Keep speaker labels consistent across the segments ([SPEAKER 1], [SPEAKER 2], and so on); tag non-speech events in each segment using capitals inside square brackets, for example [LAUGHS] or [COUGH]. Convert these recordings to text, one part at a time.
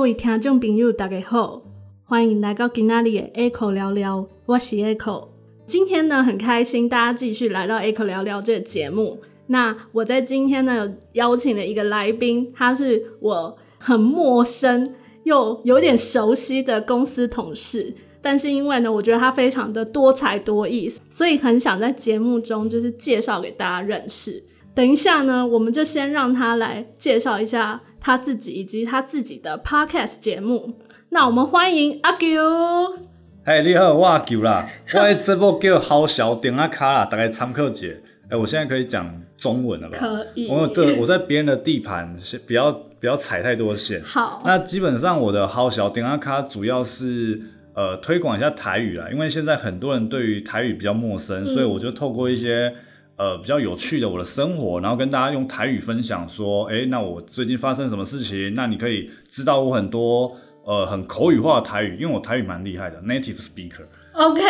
[SPEAKER 1] 位听众朋友，大家好，欢迎来到今那里的 Echo 聊聊，我是 Echo。今天呢，很开心大家继续来到 Echo 聊聊这个节目。那我在今天呢，有邀请了一个来宾，他是我很陌生又有点熟悉的公司同事。但是因为呢，我觉得他非常的多才多艺，所以很想在节目中就是介绍给大家认识。等一下呢，我们就先让他来介绍一下他自己以及他自己的 podcast 节目。那我们欢迎阿 Q。
[SPEAKER 2] 嘿，你好，我阿球啦，我的节目叫《好小顶啊卡》啦，大概参考解。哎、我现在可以讲中文了吧？
[SPEAKER 1] 可以
[SPEAKER 2] 我有
[SPEAKER 1] [LAUGHS]
[SPEAKER 2] 这我在别人的地盘，是不要不要踩太多线。
[SPEAKER 1] 好，
[SPEAKER 2] 那基本上我的好小顶啊卡主要是呃推广一下台语啊啦，因为现在很多人对于台语比较陌
[SPEAKER 1] 嗯
[SPEAKER 2] 生，所以我就透过一些呃比较有趣的我的生活，然后跟大家用台语分享说，哎、那我最近发生什么事情？那你可以知道我很多呃很口语化的台语，因为我台语蛮厉害的，native
[SPEAKER 1] [LAUGHS]
[SPEAKER 2] speaker。对
[SPEAKER 1] OK，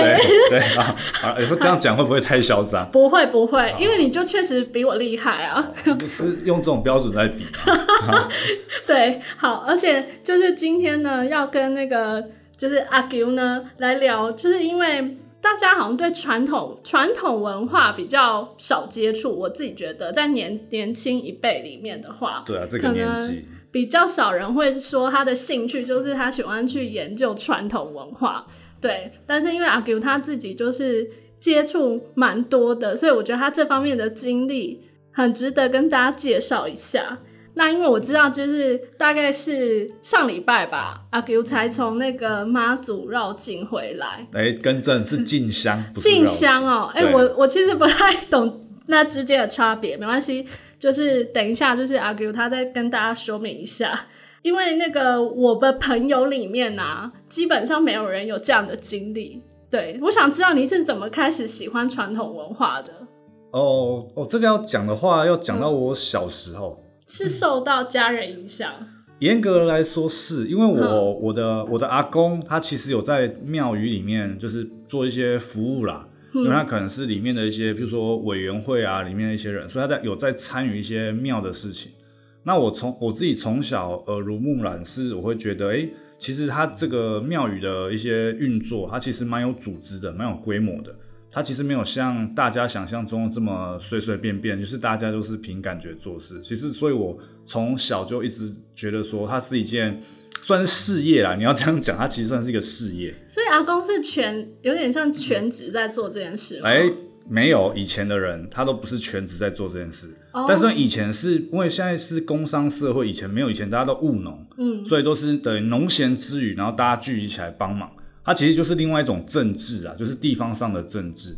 [SPEAKER 2] 对啊啊！哎这样讲会不会太嚣张？
[SPEAKER 1] [LAUGHS] 不会不会，因为你就确实比我厉害啊。
[SPEAKER 2] 是用这种标准来比啊吗？
[SPEAKER 1] 对，好，而且就是今天呢，要跟那个就是阿 Q 呢来聊，就是因为大家好像对传统传统文化比较少接触，我自己觉得在年年轻一辈里面的话，
[SPEAKER 2] 对啊，这
[SPEAKER 1] 可
[SPEAKER 2] 个
[SPEAKER 1] 能
[SPEAKER 2] 年纪，
[SPEAKER 1] 比较少人会说他的兴趣就是他喜欢去研究传统文化，对。但是因为阿 Q 他自己就是接触蛮多的，所以我觉得他这方面的经历很值得跟大家介绍一下。那因为我知道，就是大概是上礼拜吧，阿 Q 才从那个妈祖绕境回来，
[SPEAKER 2] 哎、更正是进香，不是
[SPEAKER 1] 进
[SPEAKER 2] 绕
[SPEAKER 1] 香哦、哎、
[SPEAKER 2] 对
[SPEAKER 1] 我我 [LAUGHS] 其实不太懂那之间的差别，没关系，就是等一下，就是阿 Q 他再跟大家说明一下，因为那个我的朋友里面啊，基本上没有人有这样的经历。对，我想知道你是怎么开始喜欢传统文化的？
[SPEAKER 2] 哦哦，这个要讲的话，要讲到我小时候。
[SPEAKER 1] 是受到家人影响？
[SPEAKER 2] 严格来说是，因为我、
[SPEAKER 1] 嗯
[SPEAKER 2] 我的我的阿公他其实有在庙宇里面就是做一些服务啦，
[SPEAKER 1] 嗯
[SPEAKER 2] 因为他可能是里面的一些，比如说委员会啊里面的一些人，所以他在有在参与一些庙的事情。那我从我自己从小耳濡目染，是我会觉得，哎、其实它这个庙宇的一些运作，它其实蛮有组织的，蛮有规模的。它其实没有像大家想象中的这么随随便便，就是大家都是凭感觉做事。其实，所以我从小就一直觉得说，它是一件算是事业啦。你要这样讲，它其实算是一个事业。
[SPEAKER 1] 所以阿公是全有点像全职在做这件事吗？
[SPEAKER 2] 哎、没有以前的人，他都不是全职在做这件事。
[SPEAKER 1] 哦
[SPEAKER 2] 但是以前是因为现在是工商社会，以前没有，以前大家都务农，嗯，所以都是等于农闲之余，然后大家聚集起来帮忙。它其实就是另外一种政治啊，就是地方上的政治。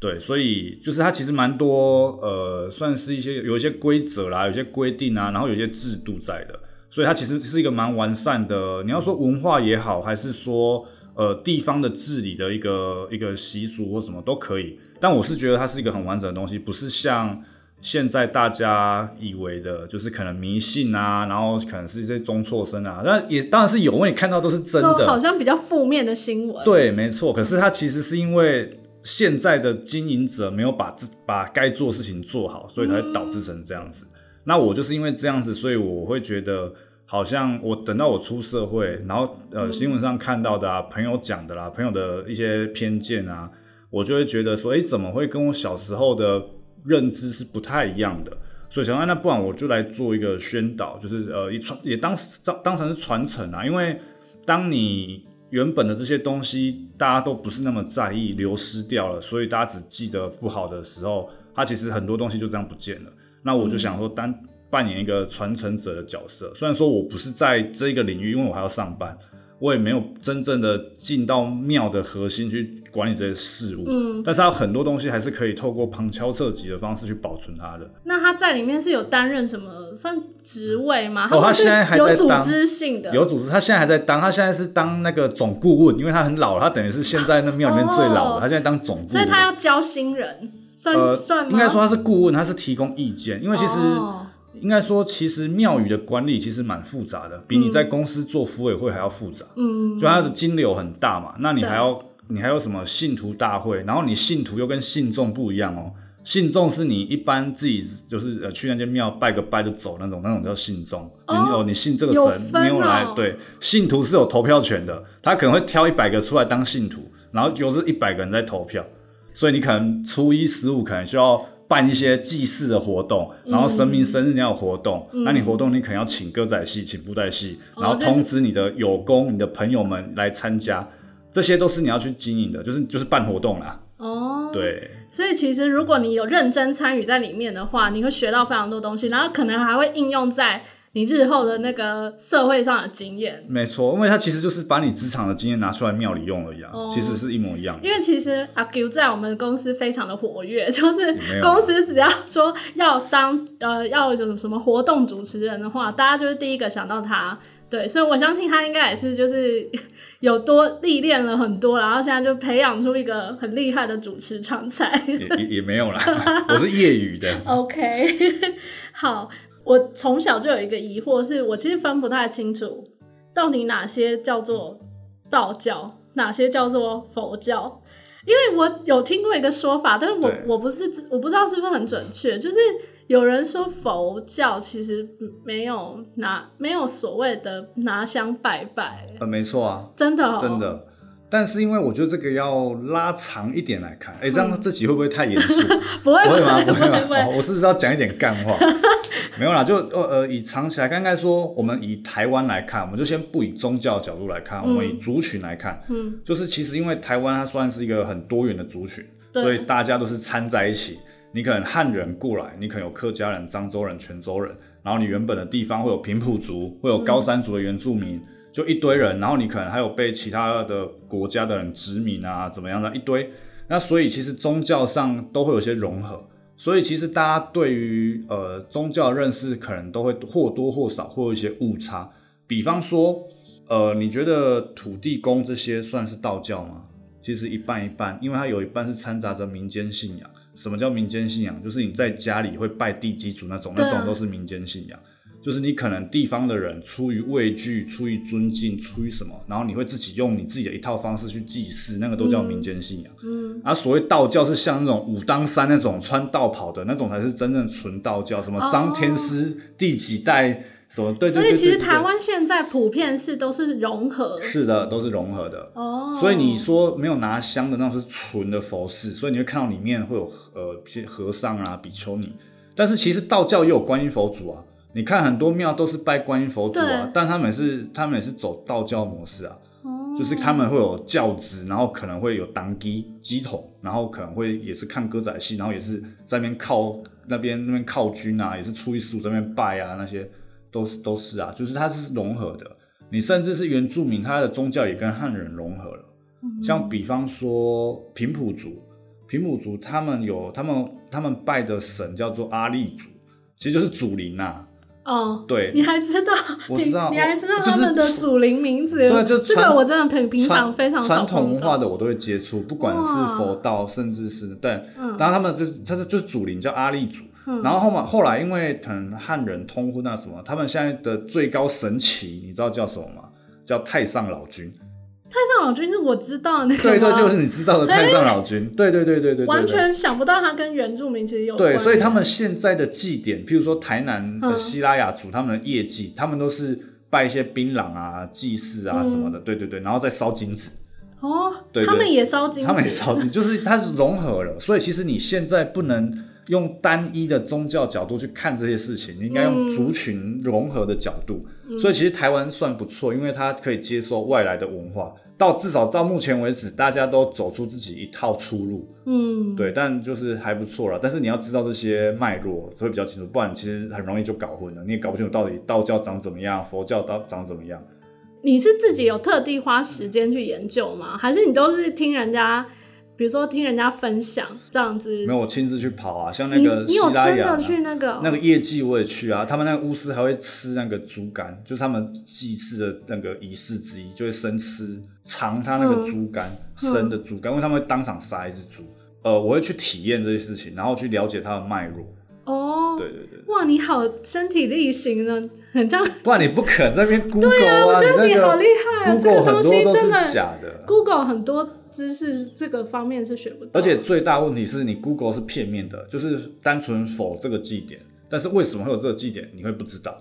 [SPEAKER 2] 对，所以就是它其实蛮多呃，算是一些有一些规则啦，有些规定啊，然后有一些制度在的，所以它其实是一个蛮完善的。你要说文化也好，还是说呃地方的治理的一个一个习俗或什么都可以，但我是觉得它是一个很完整的东西，不是像现在大家以为的，就是可能迷信啊，然后可能是一些中辍生啊，那也当然是有，我也看到都是真
[SPEAKER 1] 都
[SPEAKER 2] 的，
[SPEAKER 1] 好像比较负面的新闻。
[SPEAKER 2] 对，没错。可是他其实是因为现在的经营者没有把自把该做的事情做好，所以才会导致成这样子。那我就是因为这样子，所以我会觉得好像我等到我出社会，然后呃新闻上看到的啊，朋友讲的啦，朋友的一些偏见啊，我就会觉得说，哎、怎么会跟我小时候的认知是不太一样的？所以想说，那不然我就来做一个宣导，就是呃，一传也当当当成是传承啊，因为当你原本的这些东西大家都不是那么在意，流失掉了，所以大家只记得不好的时候，它其实很多东西就这样不见了。那我就想说当扮演一个传承者的角色，虽然说我不是在这个领域，因为我还要上班，我也没有真正的进到庙的核心去管理这些事务，嗯，但是它有很多东西还是可以透过旁敲侧击的方式去保存它的。
[SPEAKER 1] 那他在里面是有担任什么算职位吗？
[SPEAKER 2] 哦
[SPEAKER 1] 们
[SPEAKER 2] 他
[SPEAKER 1] 是
[SPEAKER 2] 现在还在
[SPEAKER 1] 有组
[SPEAKER 2] 当
[SPEAKER 1] 织性的，
[SPEAKER 2] 有组织，他现在还在当，他现在是当那个总顾问，因为他很老了，他等于是现在那庙里面最老
[SPEAKER 1] 哦
[SPEAKER 2] 的，他现在当总顾问。
[SPEAKER 1] 所以他要教新人，算、
[SPEAKER 2] 呃
[SPEAKER 1] 算吗？
[SPEAKER 2] 应该说他是顾问，他是提供意见，因为其实、
[SPEAKER 1] 哦
[SPEAKER 2] 应该说，其实庙宇的管理其实蛮复杂的，
[SPEAKER 1] 嗯
[SPEAKER 2] 比你在公司做服委会还要复杂。嗯，就它的金流很大嘛，那你
[SPEAKER 1] 对
[SPEAKER 2] 还要你还有什么信徒大会，然后你信徒又跟信众不一样哦。信众是你一般自己就是呃去那间庙拜个拜就走那种，那种叫信众。
[SPEAKER 1] 哦
[SPEAKER 2] 你有你信这个
[SPEAKER 1] 有
[SPEAKER 2] 神，
[SPEAKER 1] 分
[SPEAKER 2] 没有来
[SPEAKER 1] 哦
[SPEAKER 2] 对信徒是有投票权的，他可能会挑一百个出来当信徒，然后就是一百个人在投票，所以你可能初一十五可能需要。办一些祭祀的活动，
[SPEAKER 1] 嗯
[SPEAKER 2] 然后神明生日你要有活动，那你活动你可能要请歌仔戏、请布袋戏，
[SPEAKER 1] 哦
[SPEAKER 2] 然后
[SPEAKER 1] 就是
[SPEAKER 2] 通知你的友工、你的朋友们来参加，这些都是你要去经营的，就是就是办活动啦。
[SPEAKER 1] 哦，，
[SPEAKER 2] 对，
[SPEAKER 1] 所以其实如果你有认真参与在里面的话，你会学到非常多东西，然后可能还会应用在你日后的那个社会上的经验。
[SPEAKER 2] 没错，因为它其实就是把你职场的经验拿出来庙里用而已啊，
[SPEAKER 1] 哦
[SPEAKER 2] 其实是一模一样的
[SPEAKER 1] 因。为其实阿 Q 在我们公司非常的活跃，就是
[SPEAKER 2] 没有啊
[SPEAKER 1] 公司只要说要当呃要有什么活动主持人的话，大家就是第一个想到他。对，所以我相信他应该也是就是 [LAUGHS] 有多历练了很多，然后现在就培养出一个很厉害的主持常才。
[SPEAKER 2] 也也也没有啦， [LAUGHS] 我是业余的。
[SPEAKER 1] OK，好， [LAUGHS] 我从小就有一个疑惑，是我其实分不太清楚到底哪些叫做道教，哪些叫做佛教。因为我有听过一个说法，但是我
[SPEAKER 2] 对
[SPEAKER 1] 我不是我不知道是不是很准确，就是有人说佛教其实没有拿没有所谓的拿香拜拜，
[SPEAKER 2] 呃，没错啊，
[SPEAKER 1] 真的、哦、
[SPEAKER 2] 真的。但是因为我觉得这个要拉长一点来看，哎、
[SPEAKER 1] 嗯
[SPEAKER 2] 这样这集会不会太严肃？
[SPEAKER 1] [LAUGHS] 不会
[SPEAKER 2] [LAUGHS] 不
[SPEAKER 1] [LAUGHS]
[SPEAKER 2] 会吗？
[SPEAKER 1] 不
[SPEAKER 2] 不
[SPEAKER 1] 会
[SPEAKER 2] 会吗
[SPEAKER 1] 不？
[SPEAKER 2] 哦我是不是要讲一点干话？没有啦，就呃呃，以长期来看，应该说我们以台湾来看，我们就先不以宗教的角度来看，我们以族群来看，
[SPEAKER 1] 嗯，
[SPEAKER 2] 就是其实因为台湾它算是一个很多元的族群，
[SPEAKER 1] 对
[SPEAKER 2] 所以大家都是掺在一起。你可能汉人过来，你可能有客家人、漳州人、泉州人，然后你原本的地方会有平埔族，会有高山族的原住民，就一堆人。然后你可能还有被其他的国家的人殖民啊，怎么样的一堆。那所以其实宗教上都会有些融合，所以其实大家对于呃宗教的认识可能都会或多或少会有一些误差。比方说，呃，你觉得土地公这些算是道教吗？其实一半一半，因为它有一半是掺杂着民间信仰。什么叫民间信仰？就是你在家里会拜地基主那种，
[SPEAKER 1] 对啊
[SPEAKER 2] 那种都是民间信仰。就是你可能地方的人出于畏惧、出于尊敬、出于什么，然后你会自己用你自己的一套方式去祭祀，那个都叫民间信仰。嗯，而、所谓道教是像那种武当山那种穿道袍的那种才是真正纯道教，什么张天师、第几代什么，对对对对
[SPEAKER 1] 所以其实
[SPEAKER 2] 对对
[SPEAKER 1] 台湾现在普遍是都是融合
[SPEAKER 2] 是的，都是融合的。
[SPEAKER 1] 哦，
[SPEAKER 2] 所以你说没有拿香的那种是纯的佛寺，所以你会看到里面会有呃一些和尚啊、比丘尼，但是其实道教也有观音佛祖啊。你看很多庙都是拜观音佛祖啊
[SPEAKER 1] 对，
[SPEAKER 2] 但他们是他们也是走道教模式啊，
[SPEAKER 1] 哦
[SPEAKER 2] 就是他们会有教子，然后可能会有当机鸡桶，然后可能会也是看歌仔戏，然后也是在那边靠那边那边靠军啊，也是初一十五在那边拜啊，那些都是都是啊，就是它是融合的。你甚至是原住民，他的宗教也跟汉人融合了。
[SPEAKER 1] 嗯
[SPEAKER 2] 像比方说平埔族，平埔族他们有他们他们拜的神叫做阿力族，其实就是祖灵呐、啊。
[SPEAKER 1] 哦，
[SPEAKER 2] 对，
[SPEAKER 1] 你还知道？
[SPEAKER 2] 我知道
[SPEAKER 1] 你你还知道
[SPEAKER 2] 我就是
[SPEAKER 1] 他们的祖灵名字？
[SPEAKER 2] 对就
[SPEAKER 1] 这个
[SPEAKER 2] 传
[SPEAKER 1] 我真的平平常非常少
[SPEAKER 2] 传传统
[SPEAKER 1] 碰
[SPEAKER 2] 文
[SPEAKER 1] 到
[SPEAKER 2] 化的我都会接触，不管是佛道，甚至是对，
[SPEAKER 1] 嗯
[SPEAKER 2] 当然他们就是他是就是祖灵叫阿力族，
[SPEAKER 1] 嗯
[SPEAKER 2] 然后后面后来因为可能汉人通婚啊那什么，他们现在的最高神祇，你知道叫什么吗？叫太上老君，
[SPEAKER 1] 太上老君是我知道的那个
[SPEAKER 2] 对对，
[SPEAKER 1] 吗
[SPEAKER 2] 就是你知道的太上老君，对对对对对对，对
[SPEAKER 1] 完全想不到他跟原住民其实有
[SPEAKER 2] 对，
[SPEAKER 1] 关
[SPEAKER 2] 所以他们现在的祭典，譬如说台南的
[SPEAKER 1] 嗯
[SPEAKER 2] 希拉雅族，他们的夜祭，他们都是拜一些槟榔啊、祭祀
[SPEAKER 1] 嗯
[SPEAKER 2] 啊什么的，对对对，然后再烧金纸，
[SPEAKER 1] 哦，
[SPEAKER 2] 对对
[SPEAKER 1] 他们也烧金纸，
[SPEAKER 2] 他们也烧金，就是它是融合了，所以其实你现在不能用单一的宗教角度去看这些事情，你应该用族群融合的角度。
[SPEAKER 1] 嗯
[SPEAKER 2] 所以其实台湾算不错，因为它可以接受外来的文化，到至少到目前为止，大家都走出自己一套出路。
[SPEAKER 1] 嗯，
[SPEAKER 2] 对，但就是还不错了。但是你要知道这些脉络，会比较清楚，不然其实很容易就搞混了，你也搞不清楚到底道教长怎么样，佛教到长怎么样。
[SPEAKER 1] 你是自己有特地花时间去研究吗？还是你都是听人家，比如说听人家分享这样子？
[SPEAKER 2] 没有，我亲自去跑啊，像那
[SPEAKER 1] 你
[SPEAKER 2] 个
[SPEAKER 1] 你
[SPEAKER 2] 希
[SPEAKER 1] 有
[SPEAKER 2] 拉
[SPEAKER 1] 真
[SPEAKER 2] 雅啊
[SPEAKER 1] 的
[SPEAKER 2] 呢
[SPEAKER 1] 去那个
[SPEAKER 2] 那个业绩我也去啊，他们那个巫师还会吃那个猪肝，就是他们祭祀的那个仪式之一，就会生吃尝它那个猪肝、
[SPEAKER 1] 嗯
[SPEAKER 2] 生的猪肝，因为他们会当场杀一只猪。呃，我会去体验这些事情，然后去了解它的脉络。
[SPEAKER 1] 哦，
[SPEAKER 2] 对对对，
[SPEAKER 1] 哇，你好身体力行呢，很像
[SPEAKER 2] 不然你不可能在那边 Google 啊，
[SPEAKER 1] 我觉得
[SPEAKER 2] 那
[SPEAKER 1] [LAUGHS] 你
[SPEAKER 2] 个
[SPEAKER 1] 好厉害啊这个
[SPEAKER 2] Google
[SPEAKER 1] 东
[SPEAKER 2] 很
[SPEAKER 1] 西
[SPEAKER 2] 多都
[SPEAKER 1] 真的
[SPEAKER 2] 是假的。
[SPEAKER 1] Google 很多知识这个方面是学不到，
[SPEAKER 2] 而且最大问题是你 Google 是片面的，就是单纯否这个祭典，但是为什么会有这个祭典，你会不知道。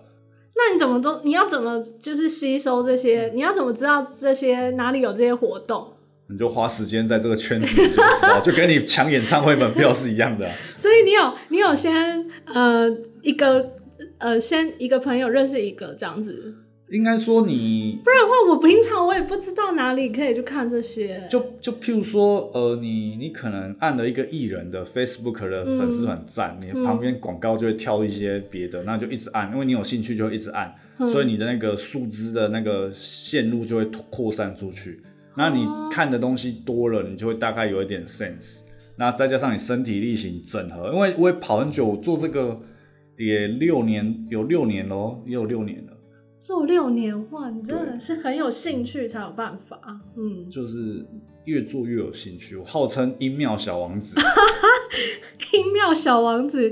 [SPEAKER 1] 那你怎么都你要怎么就是吸收这些？
[SPEAKER 2] 嗯
[SPEAKER 1] 你要怎么知道这些哪里有这些活动？
[SPEAKER 2] 你就花时间在这个圈子，你就知道，就跟你抢演唱会门票是一样的啊、
[SPEAKER 1] 所以你有你有先呃一个呃先一个朋友认识一个这样子，
[SPEAKER 2] 应该说你
[SPEAKER 1] 不然的话我平常我也不知道哪里可以去看这些。
[SPEAKER 2] 就就譬如说，呃，你你可能按了一个艺人的 Facebook 的粉丝团赞，你旁边广告就会跳一些别的，那就一直按，因为你有兴趣就会一直按，所以你的那个树枝的那个线路就会拓扩散出去。那你看的东西多了，你就会大概有一点 sense。那再加上你身体力行整合，因为我也跑很久，我做这个也六年，有六年咯，也有六年了。
[SPEAKER 1] 做六年哇，你真的是很有兴趣才有办法。嗯，
[SPEAKER 2] 就是越做越有兴趣。我号称音妙小王子，
[SPEAKER 1] 音妙小王子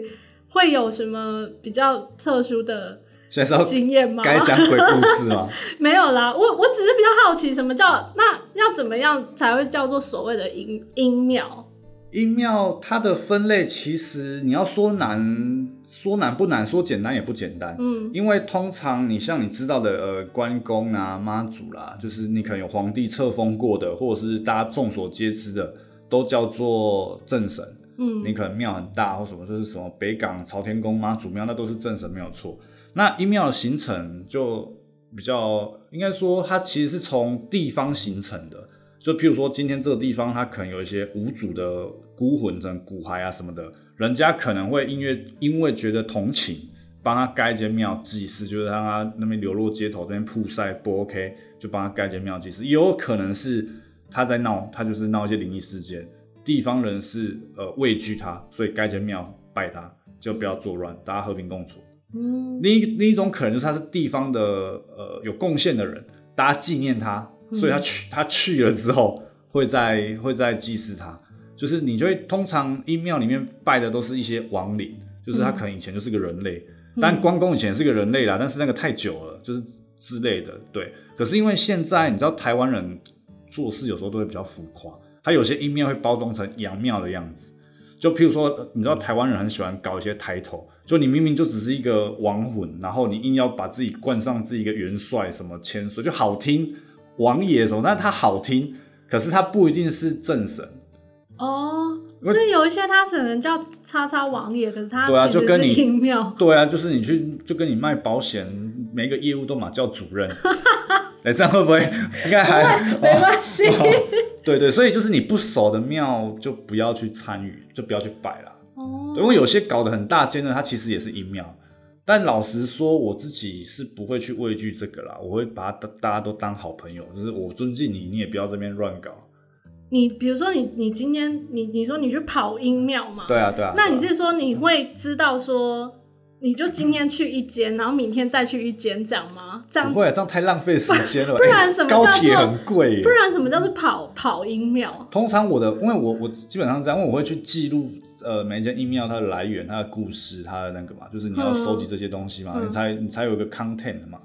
[SPEAKER 1] 会有什么比较特殊的
[SPEAKER 2] 现在是要
[SPEAKER 1] 经验吗？
[SPEAKER 2] 该讲鬼故事
[SPEAKER 1] [LAUGHS]
[SPEAKER 2] 吗？
[SPEAKER 1] 没有啦，我我只是比较好奇，什么叫那要怎么样才会叫做所谓的音音庙？
[SPEAKER 2] 音庙它的分类其实你要说难，说难不难，说简单也不简单。
[SPEAKER 1] 嗯
[SPEAKER 2] 因为通常你像你知道的，呃，关公啊、妈祖啦、就是你可能有皇帝册封过的，或者是大家众所皆知的，都叫做正神。
[SPEAKER 1] 嗯
[SPEAKER 2] 你可能庙很大或什么，就是什么北港朝天宫、妈祖庙，那都是正神没有错。那一庙的形成就比较，应该说它其实是从地方形成的。就譬如说，今天这个地方它可能有一些无主的孤魂、成骨骸啊什么的，人家可能会因为因为觉得同情，帮他盖一间庙祭祀，就是让他那边流落街头，这边曝晒不 OK，就帮他盖一间庙祭祀。也有可能是他在闹，他就是闹一些灵异事件，地方人士呃畏惧他，所以盖间庙拜他，就不要作乱，大家和平共处。
[SPEAKER 1] 嗯
[SPEAKER 2] 另一另一种可能就是他是地方的呃有贡献的人，大家纪念他，所以他去、他去了之后会在会在祭祀他，就是你就会通常阴庙里面拜的都是一些亡灵，就是他可能以前就是个人类，但关公以前是个人类啦，但是那个太久了，就是之类的，对。可是因为现在你知道台湾人做事有时候都会比较浮夸，他有些阴庙会包装成阳庙的样子。就譬如说，呃你知道台湾人很喜欢搞一些抬头，就你明明就只是一个亡魂，然后你硬要把自己冠上自己一个元帅什么千岁，就好听王爷什么，但他好听，可是他不一定是正神，
[SPEAKER 1] 哦，
[SPEAKER 2] 我
[SPEAKER 1] 所以有一些他只能叫叉叉王爷，可是他
[SPEAKER 2] 对啊
[SPEAKER 1] 其
[SPEAKER 2] 就
[SPEAKER 1] 实
[SPEAKER 2] 跟
[SPEAKER 1] 是
[SPEAKER 2] 你
[SPEAKER 1] 音
[SPEAKER 2] [LAUGHS]
[SPEAKER 1] 庙。
[SPEAKER 2] 对啊，就是你去就跟你卖保险，每个业务都嘛叫主任，哎、这样会不会应该还
[SPEAKER 1] 没关系，
[SPEAKER 2] [LAUGHS] 对对，所以就是你不熟的庙就不要去参与，就不要去拜啦。
[SPEAKER 1] 哦，
[SPEAKER 2] 因为有些搞得很大间的，它其实也是阴庙。但老实说，我自己是不会去畏惧这个啦，我会把它大家都当好朋友，就是我尊敬你，你也不要这边乱搞。
[SPEAKER 1] 你比如说你你今天你你说你去跑音庙嘛，
[SPEAKER 2] 对啊，对啊。
[SPEAKER 1] 那你是说你会知道说，你就今天去一间，然后明天再去一间，这样吗？这样
[SPEAKER 2] 不，会、啊、这样太浪费时间了吧，
[SPEAKER 1] [LAUGHS] 不然
[SPEAKER 2] 哎
[SPEAKER 1] 什么
[SPEAKER 2] 高
[SPEAKER 1] 叫
[SPEAKER 2] 铁
[SPEAKER 1] 做
[SPEAKER 2] 很贵耶
[SPEAKER 1] 不。然什么叫做跑跑音庙？
[SPEAKER 2] 通常我的，因为我我基本上这样，因为我会去记录呃每一间 email 它的来源、它的故事、它的那个嘛，就是你要
[SPEAKER 1] 嗯
[SPEAKER 2] 收集这些东西嘛，
[SPEAKER 1] 嗯
[SPEAKER 2] 你才你才有一个 content 嘛。